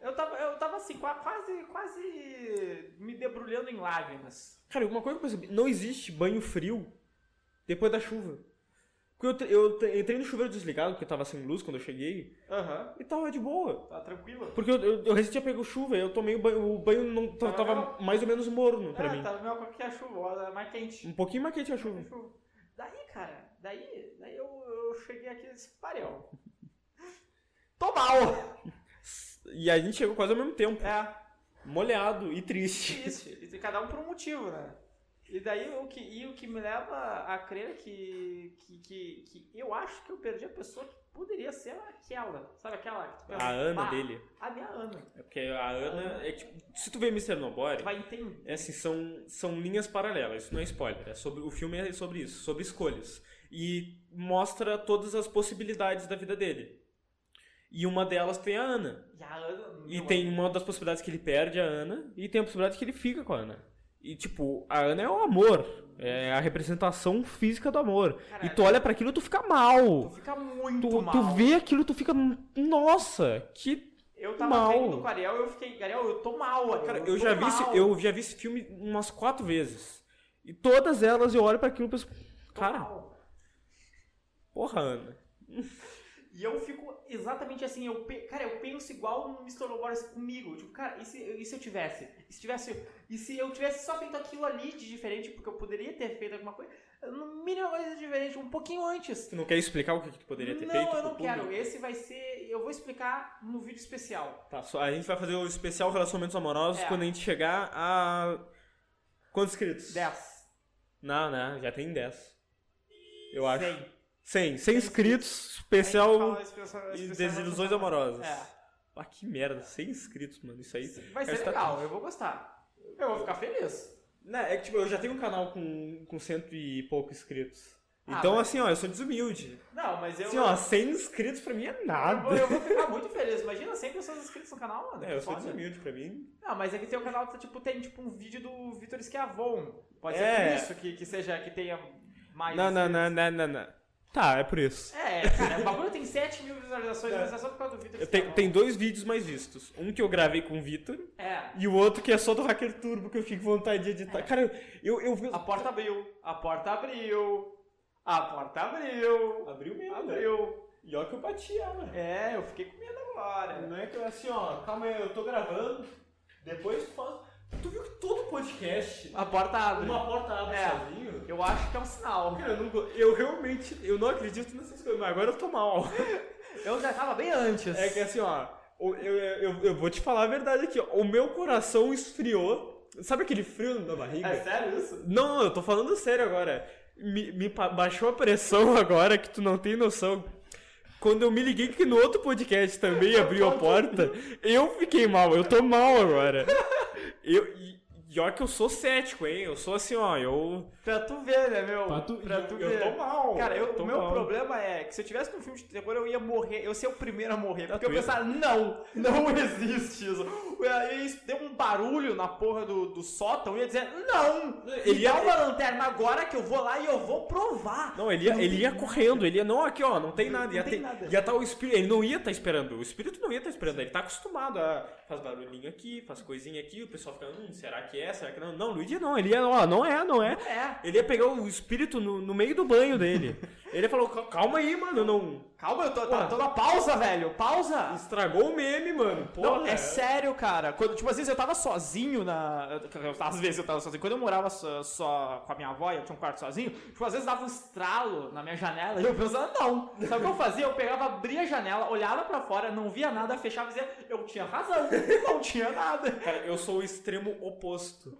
B: Eu tava, eu tava assim, qua- quase, quase me debrulhando em lágrimas.
A: cara, uma coisa que eu percebi, não existe banho frio depois da chuva. Porque eu, tre- eu tre- entrei no chuveiro desligado, porque eu tava sem luz quando eu cheguei,
B: Aham.
A: e tava de boa.
B: Tá tranquilo?
A: Porque eu, eu, eu resistia a pegar chuva, eu tomei o banho, o banho não, tava,
B: Tava
A: tava mais ou menos morno pra
B: é,
A: mim.
B: Ah, tá melhor com que a chuva, ela é mais quente.
A: Um pouquinho mais quente a chuva.
B: Chuva. Daí, cara, daí, daí eu, eu cheguei aqui nesse parel. Tô mal!
A: [laughs] E a gente chegou quase ao mesmo tempo.
B: É,
A: Molhado e triste.
B: isso. E tem cada um por um motivo, né? E daí o que, e o que me leva a crer que, que, que, que eu acho que eu perdi a pessoa que poderia ser aquela. Sabe aquela? que tu pensa,
A: A Ana
B: "Bah,
A: dele.
B: A minha Ana.
A: É porque a Ana. É tipo, se tu vê Mr. Nobody,
B: Vai entender.
A: é assim, são, são linhas paralelas, isso não é spoiler. É sobre, o filme é sobre isso, sobre escolhas. E mostra todas as possibilidades da vida dele. E uma delas tem a Ana.
B: E a Ana.
A: E
B: não,
A: tem uma das possibilidades que ele perde a Ana, e tem a possibilidade que ele fica com a Ana. E tipo, a Ana é o amor. É a representação física do amor.
B: Caralho.
A: E tu olha pra aquilo e tu fica
B: Tu
A: mal.
B: fica
A: Tu,
B: muito
A: tu
B: mal.
A: vê aquilo e tu fica. Nossa, que.
B: Eu tava
A: mal.
B: vendo com o Ariel eu fiquei, Ariel, eu tô mal, Ariel.
A: Cara,
B: eu,
A: eu
B: tô
A: já vi esse,
B: mal,
A: eu já vi esse filme umas quatro vezes. E todas elas eu olho pra aquilo e penso.
B: tô
A: Cara,
B: mal."
A: porra, Ana.
B: E eu fico exatamente assim, eu pe- cara, eu penso igual no Mr. Robots comigo. Tipo, cara, e se, e se eu tivesse? E se tivesse. E se eu tivesse só feito aquilo ali de diferente, porque eu poderia ter feito alguma coisa. No mínimo coisa diferente, um pouquinho antes.
A: Tu não quer explicar o que, que tu poderia ter
B: não,
A: feito?
B: eu
A: pro
B: não
A: público?
B: quero. Esse vai ser. Eu vou explicar no vídeo especial.
A: Tá, só- a gente vai fazer o especial Relacionamentos Amorosos
B: É.
A: quando a gente chegar a. Quantos inscritos?
B: 10.
A: Não, não, já tem 10. Eu acho. 100. 100, inscritos,
B: A gente
A: especial
B: fala esse pessoal- esse
A: e
B: pessoal-
A: desilusões amorosas.
B: É.
A: Ah, que merda, 100 inscritos, mano, isso aí.
B: Vai
A: Essa
B: ser
A: tá-
B: legal, eu vou gostar. Eu vou ficar feliz.
A: Não, é que tipo, eu já tenho um canal com, com cento e pouco inscritos.
B: Ah,
A: então,
B: mas-
A: assim, ó, eu sou desumilde.
B: Não, mas eu.
A: Assim, ó, 100 inscritos pra mim é
B: eu, vou,
A: nada.
B: eu vou ficar muito feliz. Imagina 100 pessoas inscritas no canal, mano.
A: É, eu sou
B: Foda.
A: desumilde pra mim.
B: Não, mas é que teu canal tá, tipo, tem tipo um vídeo do Vitor Esquiavon. Pode
A: É.
B: ser por isso que, que seja que tenha mais.
A: Não, não, não, não, não, não. Tá, é por isso.
B: É, cara, o bagulho tem 7 mil visualizações, mas é só por causa do Vitor
A: Eu tenho-
B: Esquiavon.
A: tem dois vídeos mais vistos. Um que eu gravei com o Vitor
B: É.
A: e o outro que é só do Hacker Turbo que eu fico com vontade de editar. Cara, eu, eu, eu
B: A porta abriu, a porta abriu, a porta abriu,
A: Abriu mesmo, né?
B: abriu.
A: E olha que eu bati ela.
B: É, eu fiquei com medo agora.
A: Não é que eu assim, ó, calma aí, eu tô gravando, depois tu faz. Tu viu que todo podcast,
B: A porta abre.
A: uma porta abre
B: É.
A: sozinho?
B: Eu acho que é um sinal.
A: Cara, eu, não go- eu realmente, eu não acredito nessas coisas, mas agora eu tô mal.
B: Eu já tava bem antes.
A: É que assim, ó, o- eu, eu, eu vou te falar a verdade aqui, ó, o meu coração esfriou, sabe aquele frio na barriga?
B: É sério isso?
A: Não, não, eu tô falando sério agora. Me, me pa- baixou a pressão [laughs] agora que tu não tem noção. Quando eu me liguei que no outro podcast também abriu a porta, eu fiquei mal, eu tô mal agora. Eu, e, e olha que eu sou cético, hein? Eu sou assim, ó, eu.
B: Pra tu ver, né, meu?
C: Pra tu-
B: pra tu
A: eu
B: ver.
A: tô mal.
B: Cara, eu-
A: tô
B: o meu
A: mal.
B: problema é que se eu tivesse num filme de terror, eu ia morrer. Eu ia ser o primeiro a morrer. Porque eu
A: tu ia.
B: pensava, não, não existe isso. E aí isso deu um barulho na porra do, do sótão e ia dizer, não!
A: Ele
B: me
A: ia-
B: dá uma lanterna agora que eu vou lá e eu vou provar.
A: Não, ele ia, ele ia correndo, ele ia, não, aqui ó, não tem nada.
B: Não
A: ia
B: tem
A: ter-
B: nada.
A: Ia tá o espírito, ele não ia estar esperando, o espírito não ia estar esperando, ele tá acostumado a faz barulhinho aqui, faz coisinha aqui, o pessoal fica, hum, será que é, será que não? Não, Luigi não, ele ia, ó, não é, não é.
B: É,
A: Ele ia pegar o espírito no, no meio do banho dele. Ele falou, "Cal- calma aí, mano, não.
B: calma, eu tô,
A: Porra.
B: tá- tô na pausa, velho. Pausa!
A: Estragou o meme, mano. Porra.
B: Não, é sério, cara. Quando, tipo, às vezes eu tava sozinho na. eu- Às vezes eu tava sozinho. Quando eu morava só, só com a minha avó e eu tinha um quarto sozinho, tipo, às vezes dava um estralo na minha janela e eu pensava, não. Sabe o que eu fazia? Eu pegava, abria a janela, olhava pra fora, não via nada, fechava e dizia, eu tinha razão, [laughs] não tinha nada.
A: Cara, eu sou o extremo oposto.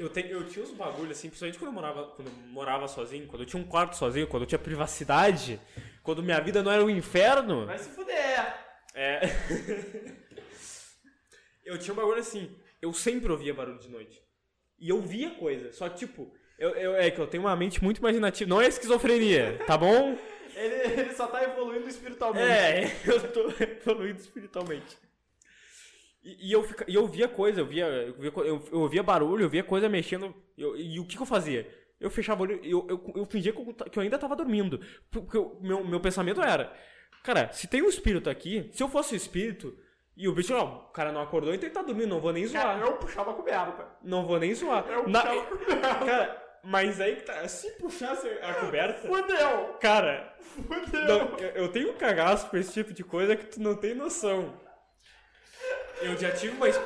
A: Eu, tenho, eu tinha uns bagulhos, assim, principalmente quando eu, morava, quando eu morava sozinho, quando eu tinha um quarto sozinho, quando eu tinha privacidade, quando minha vida não era um inferno.
B: Vai se fuder.
A: É. [laughs] eu tinha um bagulho assim, eu sempre ouvia barulho de noite. E eu via coisa, só que, tipo, eu, eu- é que eu tenho uma mente muito imaginativa. Não é esquizofrenia, tá bom?
B: Ele, ele só tá evoluindo espiritualmente.
A: É, [laughs] eu tô evoluindo espiritualmente. E, e eu, fica, e eu via coisa, eu via, eu, via, co- eu, eu ouvia barulho, eu via coisa mexendo. eu- e o que, que eu fazia? Eu fechava o olho, eu, eu, eu fingia que eu, ta- que eu ainda tava dormindo. Porque o meu, meu pensamento era: cara, se tem um espírito aqui, se eu fosse o espírito, e o bicho, ó, o cara não acordou, então ele tá dormindo, não vou nem zoar.
B: Cara, é eu puxava com merda.
A: Não vou nem zoar.
B: Eu
A: Na-
B: puxava com merda.
A: [laughs] cara, mas aí que tá. Se puxasse a coberta.
B: Fudeu!
A: Cara,
B: Fudeu!
A: não, eu eu tenho um cagaço com esse tipo de coisa que tu não tem noção. Eu já tive uma. ex-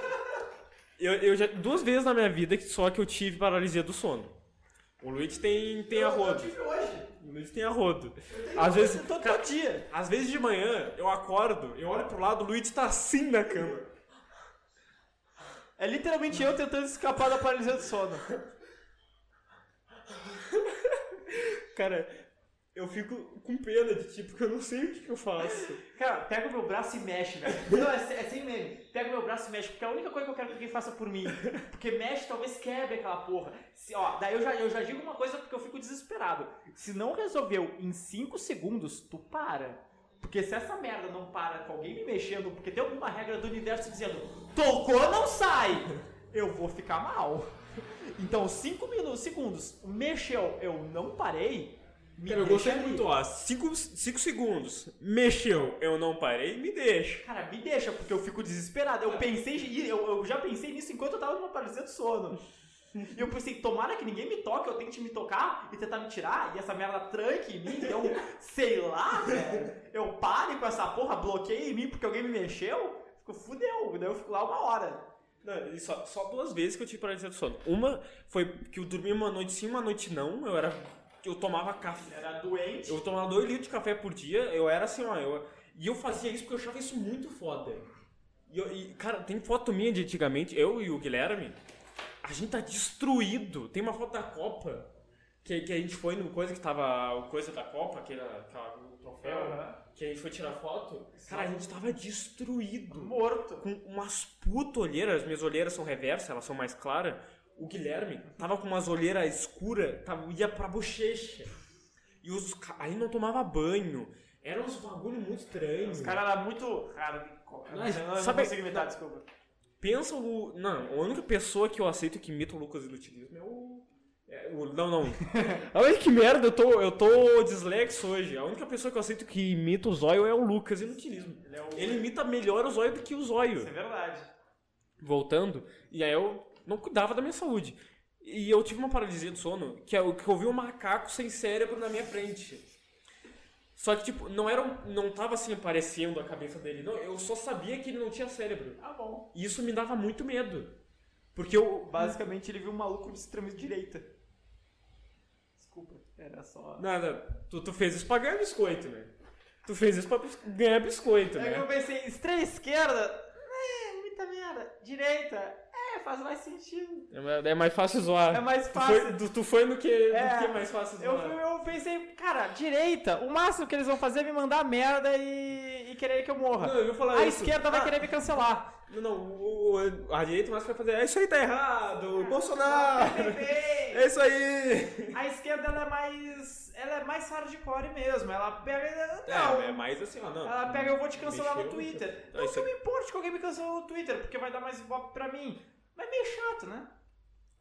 A: Eu, eu já. Duas vezes na minha vida que só que eu tive paralisia do sono. O Luigi tem, tem a
B: eu
A: rodo.
B: tive hoje.
A: O Luigi tem a rodo. Às vezes,
B: Todo
A: cara,
B: dia.
A: às vezes de manhã eu acordo, eu olho pro lado, o Luigi tá assim na cama.
B: É literalmente eu tentando escapar da paralisia do sono.
A: Cara, eu fico com pena de ti, porque eu não sei o que, que eu faço.
B: Cara, pega o meu braço e mexe, velho. [laughs] Não, é, se- é sem meme. Pega o meu braço e mexe, porque é a única coisa que eu quero que alguém faça
A: [laughs]
B: por mim. Porque mexe, talvez quebre aquela porra. Se, ó, daí eu já, eu já digo uma coisa porque eu fico desesperado. Se não resolveu em 5 segundos, tu para. Porque se essa merda não para com alguém me mexendo, porque tem alguma regra do universo dizendo tocou, não sai, eu vou ficar mal. [laughs] Então, 5 minutos, segundos, mexeu, eu não parei, me
A: Cara, eu
B: deixa
A: gostei
B: ali.
A: muito, ó. 5 segundos. Mexeu, eu não parei, me deixa.
B: Cara, me deixa, porque eu fico desesperado. Eu pensei, e eu, eu já pensei nisso enquanto eu tava numa paralisia do sono. E eu pensei, tomara que ninguém me toque, eu tente me tocar e tentar me tirar, e essa merda tranque em mim, então, sei lá, velho. Eu pare com essa porra, bloqueio em mim porque alguém me mexeu, fico fudeu, daí eu fico lá uma hora.
A: Não, e só, só duas vezes que eu tive paralisia do sono. Uma foi que eu dormi uma noite sim, uma noite não. Eu era. Eu tomava café.
B: Era doente.
A: Eu tomava dois litros de café por dia. Eu era assim, ó. Eu, e eu fazia isso porque eu achava isso muito foda. E, eu- e, cara, tem foto minha de antigamente, eu e o Guilherme. A gente tá destruído. Tem uma foto da Copa. Que, que a gente foi no coisa que tava. O coisa da Copa, aquele, aquela, o troféu. Que a gente foi tirar foto. Cara, a gente tava destruído
B: Morto.
A: com umas puta olheiras, minhas olheiras são reversas, elas são mais claras. O Guilherme tava com umas olheiras escuras, tava, ia pra bochecha. E os ca- aí não tomava banho. Era uns bagulho muito estranho.
B: Os caras eram muito. Cara, eu não, eu não
A: sabe-
B: consigo imitar, desculpa.
A: Pensa o. Não, a única pessoa que eu aceito que imita o Lucas Inutilismo é o. é o- não,
B: [laughs]
A: não. Olha que merda, eu tô, eu tô dislexo hoje. A única pessoa que eu aceito que imita o zóio é o Lucas Inutilismo.
B: Ele é o.
A: Ele imita melhor o zóio do que o zóio.
B: Isso é verdade.
A: voltando, e aí eu não cuidava da minha saúde. E eu tive uma paralisia do sono, que é o que eu vi um macaco sem cérebro na minha frente. Só que, tipo, não era um- não tava assim aparecendo a cabeça dele, não. Eu só sabia que ele não tinha cérebro.
B: Tá bom.
A: E isso me dava muito medo. Porque eu.
B: Basicamente, ele viu um maluco de extrema direita. Desculpa, era só.
A: Nada, tu, tu fez isso pra ganhar biscoito, né? Tu fez isso pra bis- ganhar biscoito,
B: É que eu
A: né?
B: pensei, extrema esquerda? É, muita merda. Direita? É, faz mais sentido.
A: É ma- É mais fácil zoar.
B: É mais
A: Tu
B: fácil.
A: foi, tu, tu foi no que,
B: É,
A: no que é mais fácil zoar.
B: Eu, fui- eu pensei, cara, direita, o máximo que eles vão fazer é me mandar merda e, e querer que eu morra.
A: Não, eu ia falar
B: a
A: isso.
B: esquerda vai
A: Ah,
B: querer me cancelar.
A: Não, não, o, o- a direita mais vai fazer. É isso aí tá errado, [laughs] Bolsonaro!
B: Perfeito.
A: É isso aí!
B: A esquerda ela é mais. Ela é mais hardcore mesmo. Ela pega. Não,
A: Não, é mais assim, ó, não.
B: Ela pega, eu vou te cancelar
A: Mexeu,
B: no Twitter.
A: Ah,
B: Não
A: isso
B: que eu
A: aqui.
B: me importe que alguém me cancelou no Twitter, porque vai dar mais ibope pra mim. Mas é meio chato, né?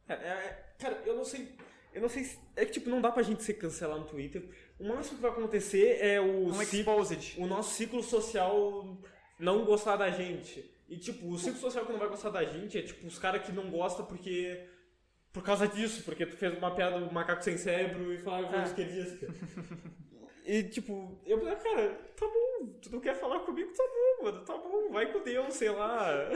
A: É, é, cara, eu não sei. Eu não sei. se- É que, tipo, não dá pra gente se cancelar no Twitter. O máximo que vai acontecer é o,
B: Um
A: ci-
B: exposed.
A: o nosso ciclo social não gostar da gente. E, tipo, o ciclo social que não vai gostar da gente é, tipo, os caras que não gostam porque. Por causa disso, porque tu fez uma piada do macaco sem cérebro e "Ah, falava coisas que ele disse. E tipo, eu falei, cara, tá bom, tu não quer falar comigo, tá bom, mano, tá bom, vai com Deus, sei lá.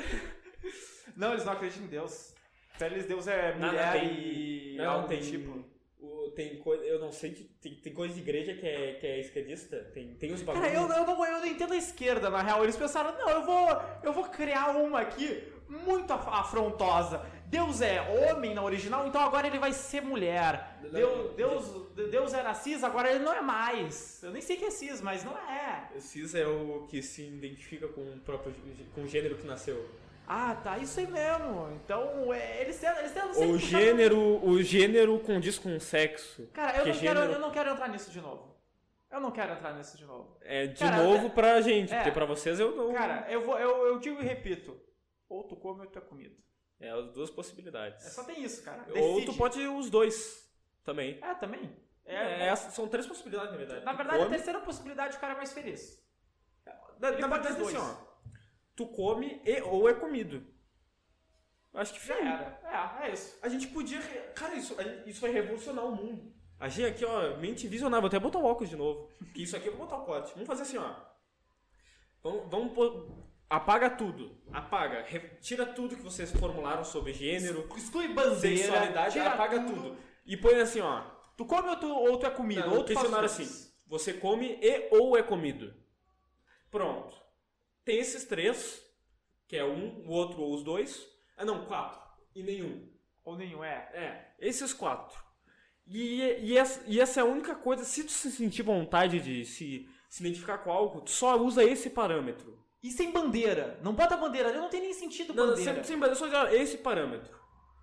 B: Não, eles não acreditam em Deus. Pra eles, Deus é
A: Não, não,
B: mulher
A: tem-
B: e
A: não,
B: algo
A: tem-
B: do tipo.
A: O- tem coisa, eu não sei, que tem, tem coisa de igreja que é, que é esquerdista, tem, tem os bagulhos.
B: Cara, eu, eu, não, eu não entendo a esquerda, na real. Eles pensaram, não, eu vou, eu vou criar uma aqui muito af- afrontosa. Deus é homem na original, então agora ele vai ser mulher.
A: Não,
B: Deus,
A: não.
B: Deus, Deus era cis, agora ele não é mais. Eu nem sei que é cis, mas não é.
A: O cis é o que se identifica com o próprio com o gênero que nasceu.
B: Ah, tá, isso aí mesmo. Então, é, eles tentam, eles tentam sempre
A: O
B: puxar-
A: gênero, o gênero condiz com o sexo.
B: Cara, eu
A: que
B: não, quero,
A: gênero?
B: eu não quero entrar nisso de novo. Eu não quero entrar nisso de novo.
A: É de
B: Cara,
A: novo pra gente,
B: é.
A: porque pra vocês eu não.
B: Cara, eu, vou, eu, eu digo e repito. Ou tu come ou tu é comido.
A: É as duas possibilidades.
B: É só tem isso, cara.
A: Ou
B: Decide.
A: tu pode os dois também.
B: É, também. É,
A: É, essas são três possibilidades, na verdade.
B: Na verdade, a
A: É. Come-
B: terceira possibilidade o cara é mais feliz.
A: Na,
B: Ele
A: na
B: pode
A: verdade,
B: os
A: assim,
B: dois.
A: ó. Tu come e ou é comido. Acho que
B: Já
A: foi.
B: era. É, é isso.
A: A gente podia. re- Cara, isso, a gente- isso vai revolucionar o mundo. A gente aqui, ó, mente visionável. Vou até botar o óculos de novo. Que isso aqui eu vou botar o corte. Vamos fazer assim, ó. Vamos, vamos pôr- Apaga tudo. Apaga. Re- Tira tudo que vocês formularam sobre gênero,
B: Exclui bandeira.
A: sexualidade,
B: tira
A: apaga tudo. E põe assim, ó.
B: Tu come ou tu, ou tu é comido.
A: Não,
B: ou tu faz os
A: questionário
B: dois.
A: assim. Você come e ou é comido. Pronto. Tem esses três, que é um, o outro ou os dois. Ah, não, quatro. E nenhum.
B: Ou nenhum, é.
A: É, esses quatro. E, e, essa, e essa é a única coisa, se tu se sentir vontade de se, se identificar com algo, tu só usa esse parâmetro.
B: E sem bandeira. Não bota bandeira. Não tem nem sentido
A: Não, não,
B: bandeira.
A: sem, sem bandeira, só dizer, ó, esse parâmetro.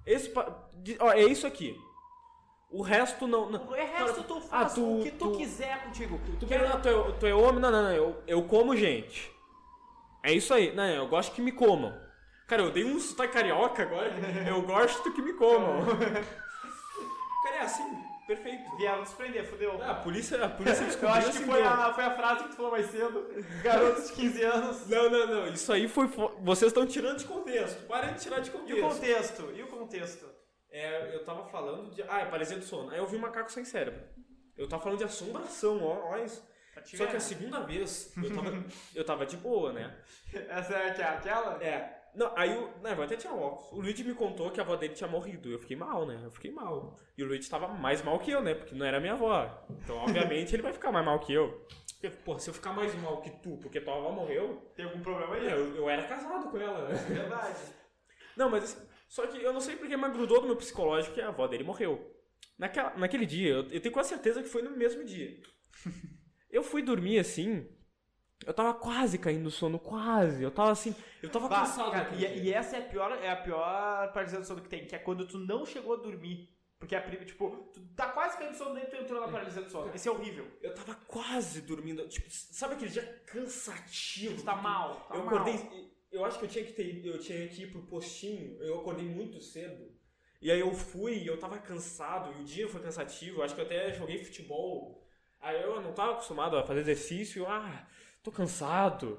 A: Esse pa- de- ó, é isso aqui. O resto não. não.
B: O resto tu
A: Ah,
B: faz o que tu, quiser contigo.
A: Tu,
B: Quer-
A: quer- ah, tu é, tu é homem? Não, não, não. Eu, eu como gente. É isso aí. Não, eu gosto que me comam. Cara, eu dei um sotaque carioca
B: [laughs]
A: agora. Eu gosto que me comam. [laughs] Cara, é assim. Perfeito.
B: Vieram nos prender, fudeu.
A: Ah, a polícia, a polícia
B: Eu
A: descobriu
B: acho que
A: assim
B: foi
A: mesmo.
B: a, foi a frase que tu falou mais cedo. Garotos de 15 anos.
A: Não, não, não. Isso aí foi... fo- Vocês estão tirando de contexto. Parem de tirar de
B: E o
A: contexto.
B: contexto? E o contexto?
A: É, eu tava falando de... Ah, é paralisia do sono. Aí eu vi um macaco sem cérebro. Eu tava falando de assombração, ó, ó isso.
B: Pra te
A: Só
B: ver.
A: que é assim, a segunda vez, eu tava, eu tava de boa, né?
B: [laughs] Essa é aqui, aquela?
A: É. Não, aí o. Não, eu até tinha óculos. O Luigi me contou que a avó dele tinha morrido. Eu fiquei mal, né? Eu fiquei mal. E o Luigi tava mais mal que eu, né? Porque não era minha avó. Então, obviamente, ele vai ficar mais mal que eu. Porque, porra, se eu ficar mais mal que tu porque tua avó morreu, né,
B: Tem algum problema aí?
A: É, eu, eu era casado com ela, né?
B: Verdade.
A: Não, mas assim, só que eu não sei porque mas grudou no meu psicológico que a avó dele morreu. Naquela, naquele dia, eu, eu tenho quase certeza que foi no mesmo
B: [laughs]
A: dia. eu fui dormir assim, eu tava quase caindo no sono, quase. Eu tava assim, eu tava
B: Bah,
A: cansado.
B: cara,
A: naquele
B: e,
A: dia.
B: e essa é a pior, é a pior paralisia do sono que tem, que é quando tu não chegou a dormir. Porque a prima, tipo, tu tá quase caindo no sono, daí tu entrou na paralisia do sono. Esse é horrível.
A: Eu tava quase dormindo. Tipo, sabe aquele dia cansativo?
B: Tu tá mal, tá
A: eu
B: mal.
A: acordei. Eu acho que eu tinha que ter. Eu tinha que ir pro postinho. Eu acordei muito cedo. E aí eu fui e eu tava cansado. E o dia foi cansativo. Eu acho que eu até joguei futebol. Aí eu não tava acostumado a fazer exercício. eu, Ah, tô cansado.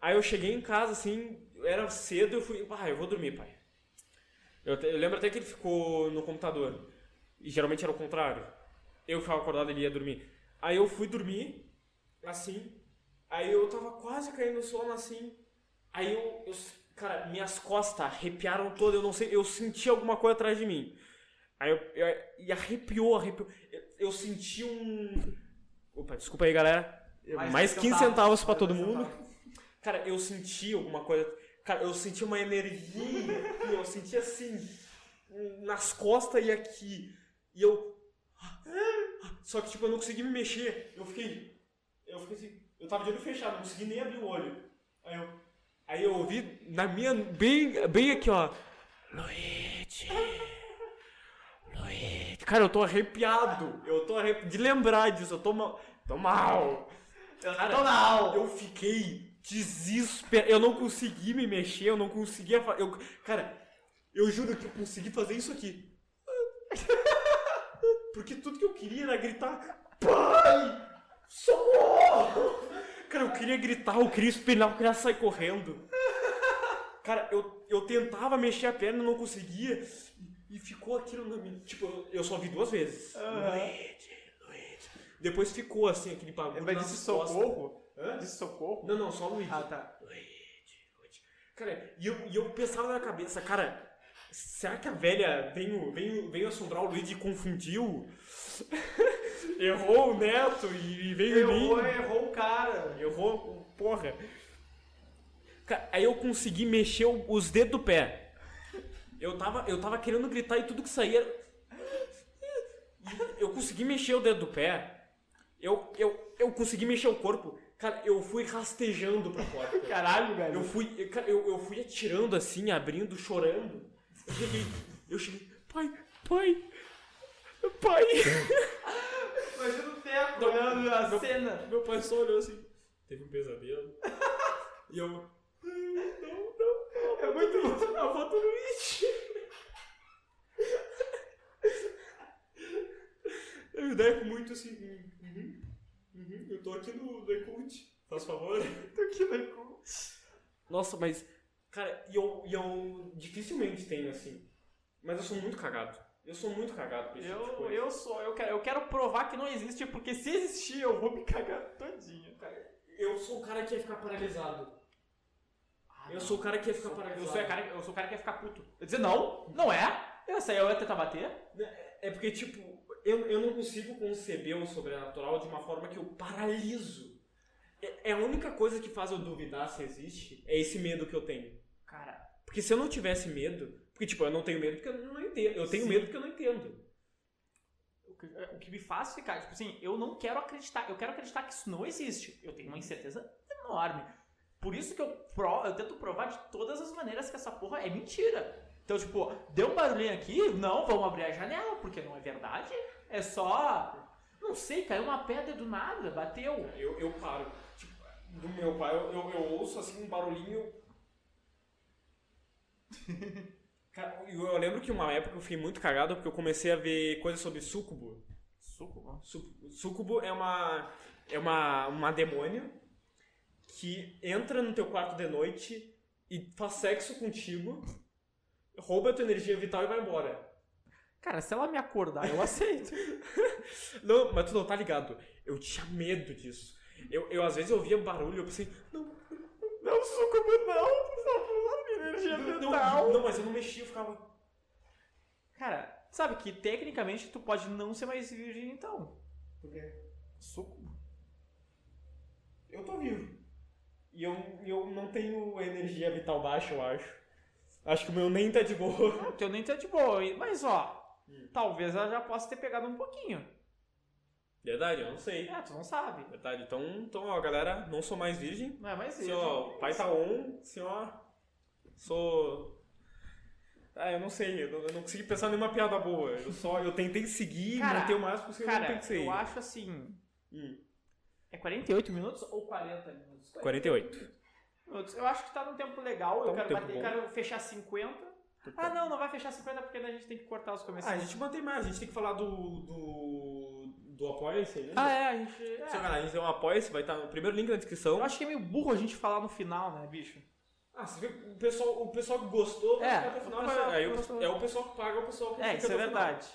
A: Aí eu cheguei em casa assim. Era cedo. Eu fui. Ah, eu vou dormir, pai. Eu, te- eu lembro até que ele ficou no computador. E geralmente era o contrário. Eu ficava acordado, ele ia dormir. Aí eu fui dormir, assim. Aí eu tava quase caindo no sono, assim. Aí eu, eu- Cara, minhas costas arrepiaram toda, eu não sei. Eu senti alguma coisa atrás de mim. Aí eu. eu- e arrepiou, arrepiou. Eu, eu senti um. Opa, desculpa aí, galera. Mais,
B: então
A: 15
B: tá,
A: centavos, pra
B: mais
A: todo
B: dez
A: mundo.
B: centavos.
A: Cara, eu senti alguma coisa. Cara, eu senti uma energia aqui, eu senti assim, nas costas e aqui. E eu. Só que, tipo, eu não consegui me mexer. Eu fiquei. Eu fiquei assim. Eu tava de olho fechado, não consegui nem abrir o olho. Aí eu. Aí eu ouvi na minha. Bem, bem aqui, ó. Luigi. Luigi. Cara, eu tô arrepiado. Eu tô arrepiado. De lembrar disso, eu tô mal. Tô mal. Cara,
B: Tô na aula.
A: eu fiquei desesperado. Eu não consegui me mexer, eu não conseguia fa- Eu, cara, eu juro que eu consegui fazer isso aqui. [laughs] Porque tudo que eu queria era gritar: Pai! Socorro! Cara, eu queria gritar, eu queria espinar, eu queria sair correndo. Cara, eu, eu tentava mexer a perna, não conseguia. E ficou aquilo na minha. Tipo, eu- eu só vi duas vezes.
B: Aham.
A: Luigi, Luigi. Depois ficou assim aquele bagulho.
B: Ele vai
A: nas
B: disse
A: costas.
B: socorro?
A: Hã?
B: Disse socorro?
A: Não, não, só Luigi.
B: Ah, tá.
A: Cara, e eu, e eu pensava na minha cabeça, cara, será que a velha veio, veio, veio assombrar o Luigi e confundiu? [laughs] errou o neto e, e veio em mim?
B: Errou, errou o cara.
A: Errou, porra. Cara, aí eu consegui mexer o- os dedos do pé. Eu tava, eu tava querendo gritar e tudo que saía. era- E Eu consegui mexer o dedo do pé. Eu, eu, eu consegui mexer o corpo. Cara, eu fui rastejando pra fora.
B: [laughs]
A: cara.
B: Caralho, velho.
A: Eu fui, eu, cara, eu, eu fui atirando assim, abrindo, chorando. Eu cheguei, eu cheguei, pai, pai, pai.
B: Imagina o tempo
A: Não,
B: olhando a
A: não.
B: cena.
A: Meu pai só olhou assim, teve um pesadelo. E eu, "Ai, não, não, é muito bom, a foto do Luigi. Eu me deco muito assim, "Hum, uhum, uhum, eu tô aqui no The Cult, faz favor.
B: Tô aqui na cu.
A: Nossa, mas. Cara, e eu, e eu dificilmente tenho assim. Mas eu sou muito cagado. Eu sou muito cagado pra esse tipo de
B: Eu,
A: coisa.
B: eu sou, eu quero, eu quero provar que não existe, porque se existir eu vou me cagar todinho.
A: Eu sou o cara que ia ficar paralisado. Eu sou o cara que ia ficar paralisado.
B: Ah, Eu sou, um o cara, eu sou o cara que ia ficar puto. Eu dizer, não, não é. Essa aí eu ia tentar bater.
A: É porque, tipo, eu, eu não consigo conceber o sobrenatural de uma forma que eu paraliso. É, é a única coisa que faz eu duvidar se existe, é esse medo que eu tenho.
B: Cara,
A: Porque Porque se eu não tivesse medo. Porque, tipo, eu não tenho medo porque eu não entendo. Eu tenho
B: Sim.
A: medo porque eu não entendo.
B: O que, é, o que me faz ficar, tipo assim, eu não quero acreditar, eu quero acreditar que isso não existe. Eu tenho uma incerteza enorme. Por isso que eu, pro, eu tento provar de todas as maneiras que essa porra é mentira. Então, tipo, deu um barulhinho aqui, não, vamos abrir a janela, porque não é verdade. É só. Não sei, caiu uma pedra do nada, bateu.
A: Eu, eu paro. Tipo, do meu pai, eu, eu, eu ouço assim um barulhinho. Cara, eu, eu lembro que uma época eu fiquei muito cagado porque eu comecei a ver coisas sobre sucubo.
B: Suco, mano.
A: Su- Sucubo é uma é uma uma demônio que entra no teu quarto de noite e faz sexo contigo, rouba a tua energia vital e vai embora.
B: Cara, se ela me acordar, eu aceito.
A: Não, mas tu não tá ligado. Eu tinha medo disso. Eu, eu às vezes ouvia barulho, eu pensei, não,
B: [laughs] não, suco, não, por favor, minha energia
A: não,
B: vital.
A: não, mas eu não mexia, eu ficava.
B: Cara, sabe que tecnicamente tu pode não ser mais virgem então.
A: Por quê?
B: Suco.
A: Eu tô vivo. E eu, eu não tenho energia vital baixa, eu acho. Acho que o meu nem tá de boa.
B: O teu nem tá de boa, hein? mas ó,
A: Hum.
B: talvez ela já possa ter pegado um pouquinho.
A: [laughs] Verdade, eu não sei.
B: É, tu não sabe.
A: Verdade, então, então ó, galera, não sou mais virgem.
B: Não é mais
A: Assim,
B: virgem.
A: ó, o pai tá on, assim, ó. Sou. Ah, eu não sei, eu não, eu não consegui pensar nenhuma piada boa. Eu só eu tentei seguir e
B: Cara,
A: manter o máximo possível que eu
B: Cara,
A: pensei.
B: eu acho assim.
A: Hum.
B: É 48 minutos ou 40 minutos?
A: 48.
B: minutos. Eu acho que tá num tempo legal.
A: Tá
B: eu
A: um
B: quero,
A: tempo
B: bater,
A: bom.
B: quero fechar 50. Ah, não, não vai fechar 50 porque ainda a gente tem que cortar os
A: Ah, a
B: comerciais.
A: gente mantém mais, a gente tem que falar do. do. do Apoia-se né? ainda.
B: Ah, é, a gente.
A: Seu
B: é.
A: canal, a gente tem um Apoia-se, vai estar no primeiro link na descrição.
B: Eu acho que é meio burro a gente falar no final, né, bicho?
A: Ah, você vê, o pessoal, o pessoal que gostou vai
B: É,
A: ficar até o final,
B: o
A: mas
B: pessoal que
A: aí o-
B: gostou.
A: é o pessoal que paga, é o pessoal que
B: É,
A: fica
B: isso
A: até
B: é
A: o final.
B: verdade.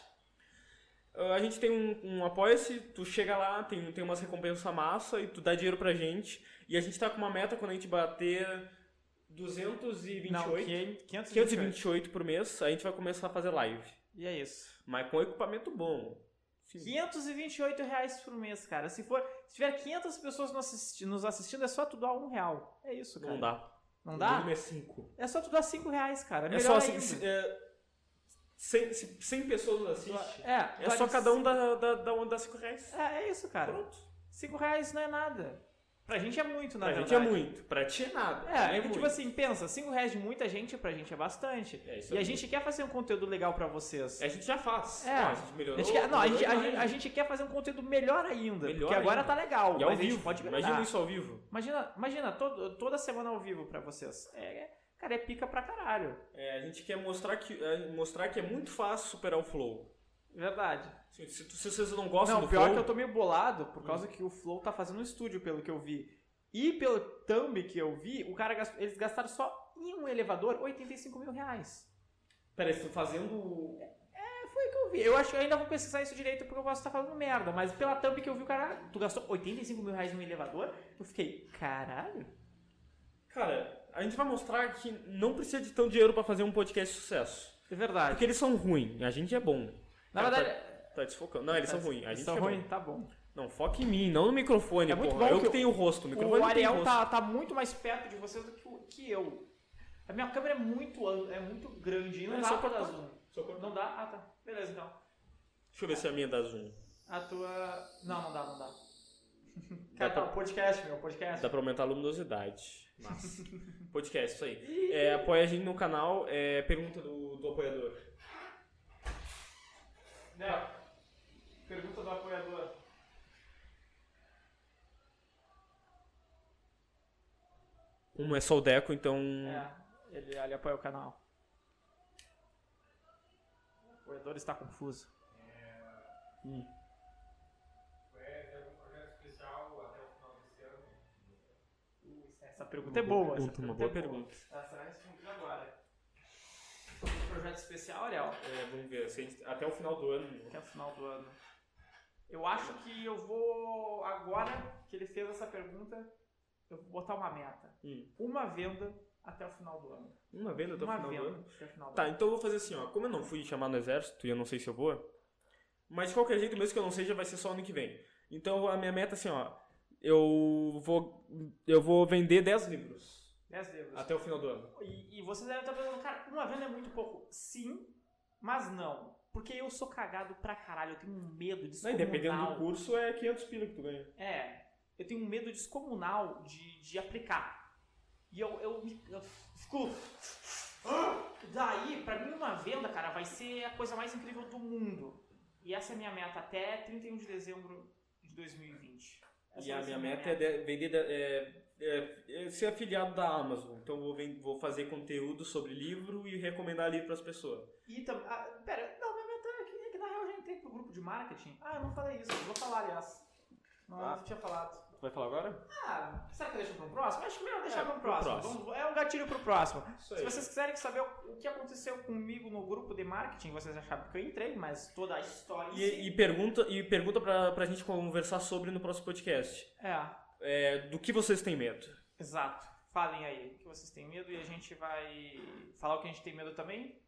A: Uh, A gente tem um, um apoia-se, tu chega lá, tem, tem umas recompensas massa e tu dá dinheiro pra gente. E a gente tá com uma meta quando a gente bater 228,
B: Não, é 500, 528.
A: 528 por mês, a gente vai começar a fazer live.
B: E é isso.
A: Mas com equipamento bom.
B: R$ 528 reais por mês, cara. Se for, se tiver 500 pessoas nos assisti- nos assistindo, é só tu dar um real. É isso, cara.
A: Não dá.
B: Não
A: O
B: dá?
A: mínimo é 5.
B: É só tu dar 5 reais, cara. É,
A: É
B: melhor
A: só
B: ainda.
A: assim. se- É, 100, se 100 pessoas assistem.
B: É,
A: É
B: vale
A: só cada um
B: cinco-
A: dá, dá, dá, um- dá 5 reais.
B: É, é isso, cara.
A: Pronto.
B: 5 reais não é nada. Pra gente é muito, na
A: Pra
B: verdade.
A: gente é muito. Pra ti é nada.
B: É,
A: é
B: tipo
A: muito.
B: assim, pensa, 5 reais de muita gente, pra gente é bastante.
A: É, isso
B: e
A: é
B: a gente quer fazer um conteúdo legal pra vocês.
A: A gente já faz.
B: É.
A: Não, a gente melhorou.
B: A gente quer- não, a gente, a,
A: melhorou
B: gente, a gente quer fazer um conteúdo melhor ainda.
A: Melhor
B: porque agora
A: ainda.
B: tá legal.
A: E ao
B: mas a gente
A: vivo,
B: pode Ah, melhorar.
A: imagina isso ao vivo.
B: Imagina, imagina todo- toda semana ao vivo pra vocês. É, é- cara, é pica pra caralho.
A: É, a gente quer mostrar que, é, mostrar que é muito fácil superar o flow.
B: Verdade.
A: Se, se tu- se vocês não gostam
B: Não,
A: do
B: pior
A: flow, Hum.
B: que eu tô meio bolado por causa que o Flow tá fazendo um estúdio, pelo que eu vi. E pelo thumb que eu vi, o cara gastou- eles gastaram só em um elevador 85 mil reais.
A: peraí, tu fazendo
B: É, foi o que eu vi. Eu acho que eu ainda vou pesquisar isso direito porque eu posso estar falando merda. Mas pela thumb que eu vi, o cara. Tu gastou 85 mil reais num elevador? Eu fiquei, caralho.
A: Cara, a gente vai mostrar que não precisa de tão dinheiro pra fazer um podcast de sucesso.
B: É verdade.
A: Porque eles são ruins, a gente é bom.
B: Na
A: Cara,
B: verdade.
A: Tá, tá desfocando. Não, eles são ruins, a gente
B: São
A: que é
B: ruins,
A: bom.
B: tá bom.
A: Não, foca em mim, não no microfone,
B: É muito
A: porra.
B: bom
A: eu
B: que
A: que
B: o-
A: tenho o rosto, o microfone
B: O
A: não tem
B: Ariel
A: rosto.
B: tá, tá muito mais perto de vocês do que, o- que eu. A minha câmera é muito, an- é muito grande e não
A: É
B: dá
A: só
B: pra dar
A: cortar.
B: zoom.
A: Só cortar.
B: Não dá? Ah, tá. Beleza, então.
A: Deixa eu ver se é a minha dá
B: [laughs]
A: zoom.
B: A tua... Não, não dá, não dá.
A: Dá
B: Cara,
A: pra-
B: tá, podcast, meu, podcast.
A: Dá pra aumentar a luminosidade.
B: [laughs]
A: Mas. Podcast, isso aí. É, apoia a gente no canal. É, pergunta do, do apoiador.
B: Né? Pergunta do apoiador.
A: Um é só o Deco, então.
B: É, ele, ele apoia o canal. O apoiador está confuso. Hum.
D: É, é um projeto especial até o final desse ano.
B: Essa pergunta é boa. essa
A: Pergunta, uma
B: pergunta
A: boa
B: é
A: pergunta.
B: Ela será respondida agora. Projeto especial, Ariel.
A: É, vamos ver. se a gente- até o final do ano.
B: Até o final do ano. Eu acho que eu vou. Agora que ele fez essa pergunta, eu vou botar uma meta.
A: Hum.
B: Uma venda até o final do ano.
A: Uma venda até o
B: uma
A: final do
B: venda
A: ano.
B: até o final do
A: Tá,
B: ano.
A: então eu vou fazer assim, ó. Como eu não fui chamado no exército e eu não sei se eu vou, mas de qualquer jeito, mesmo que eu não seja, vai ser só ano que vem. Então a minha meta é assim, ó. Eu vou. Eu vou vender 10 livros.
B: 10 livros.
A: Até o final do ano.
B: E, e vocês devem estar pensando, cara, uma venda é muito pouco. Sim, mas não. Porque eu sou cagado pra caralho, eu tenho um medo
A: Não, e
B: descomunal.
A: dependendo do curso, é 500 pila que tu ganha.
B: É, eu tenho um medo descomunal de, de aplicar. E eu, eu, me- eu fico. Ah! Daí, pra mim, uma venda, cara, vai ser a coisa mais incrível do mundo. E essa é a minha meta até 31 de dezembro de 2020. Essa
A: e a
B: vai ser
A: minha meta é de- vender. da- É, é- é ser afiliado da Amazon. Então eu vou, ven- vou fazer conteúdo sobre livro e recomendar livro pras pessoas.
B: E também. pera, não, minha meta é que, é que na real eu já entrei pro grupo de marketing. Ah, eu não falei isso, eu vou falar, aliás. Não,
A: Ah.
B: não tinha falado.
A: Tu vai falar agora?
B: Ah, será que eu deixo pra um próximo? Acho que melhor deixar
A: É,
B: pra um
A: pro
B: próximo.
A: próximo.
B: Vamos- é um gatilho pro próximo.
A: Isso
B: Se vocês quiserem saber o o que aconteceu comigo no grupo de marketing, vocês acharam que eu entrei, mas toda a história. em si-
A: E, e pergunta, e pergunta pra, pra gente conversar sobre no próximo podcast.
B: É,
A: É, do que vocês têm medo?
B: exato. Falem aí o que vocês têm medo e a gente vai falar o que a gente tem medo também.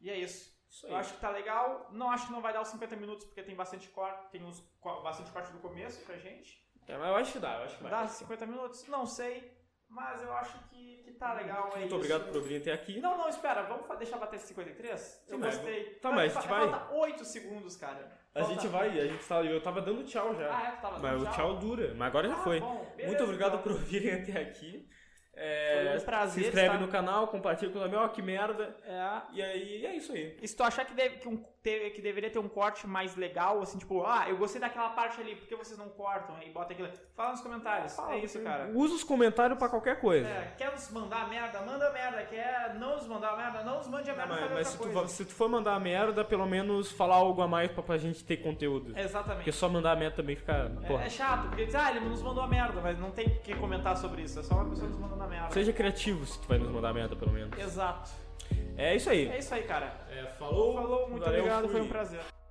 B: E é isso.
A: Isso
B: Eu acho que tá legal. Não acho que não vai dar os 50 minutos, porque tem bastante corte, tem uns, co- bastante corte do começo pra gente.
A: É, mas eu acho que dá, eu acho que vai.
B: Dá 50 minutos? Não sei. Mas eu acho que, que tá legal. é
A: Muito
B: isso.
A: obrigado por vir até aqui.
B: Não, não, espera, vamos fa- deixar bater esse 53? Eu
A: Tá, mas-
B: gostei.
A: tá, mas a
B: Fa-
A: gente vai-
B: Falta 8 segundos, cara.
A: A gente vai, a gente tá, eu tava dando tchau já.
B: Ah, é, tu tava
A: mas
B: dando
A: o tchau dura, mas agora já
B: Ah,
A: foi.
B: bom, beleza,
A: Muito obrigado
B: então.
A: por virem até aqui. É,
B: Foi um prazer
A: se inscreve
B: estar-
A: no canal, compartilha com os amigos, ó, que merda.
B: É.
A: E aí é isso aí.
B: E se tu achar que, deve- que um- te- que deveria ter um corte mais legal, assim, tipo, ah, eu gostei daquela parte ali, por que vocês não cortam? E bota aquilo. Fala nos comentários. é isso, cara.
A: Usa os comentários pra qualquer coisa.
B: É, quer nos mandar merda? Manda merda. Quer não nos mandar merda? Não nos mande a merda.
A: mas
B: faz
A: mas
B: outra
A: se, tu,
B: coisa.
A: va- se tu for mandar merda, pelo menos falar algo a mais pra, pra gente ter conteúdo. Porque
B: Exatamente.
A: só mandar merda também fica.
B: É,
A: Porra.
B: é chato, porque diz, ah, ele nos mandou a merda, mas não tem o que comentar sobre isso. É só uma pessoa nos mandando a merda.
A: Seja criativo se tu vai nos mandar merda, pelo menos.
B: Exato.
A: É isso aí.
B: É isso aí, cara.
A: falou,
B: Falou, muito
A: valeu,
B: obrigado, foi
A: fui.
B: um prazer.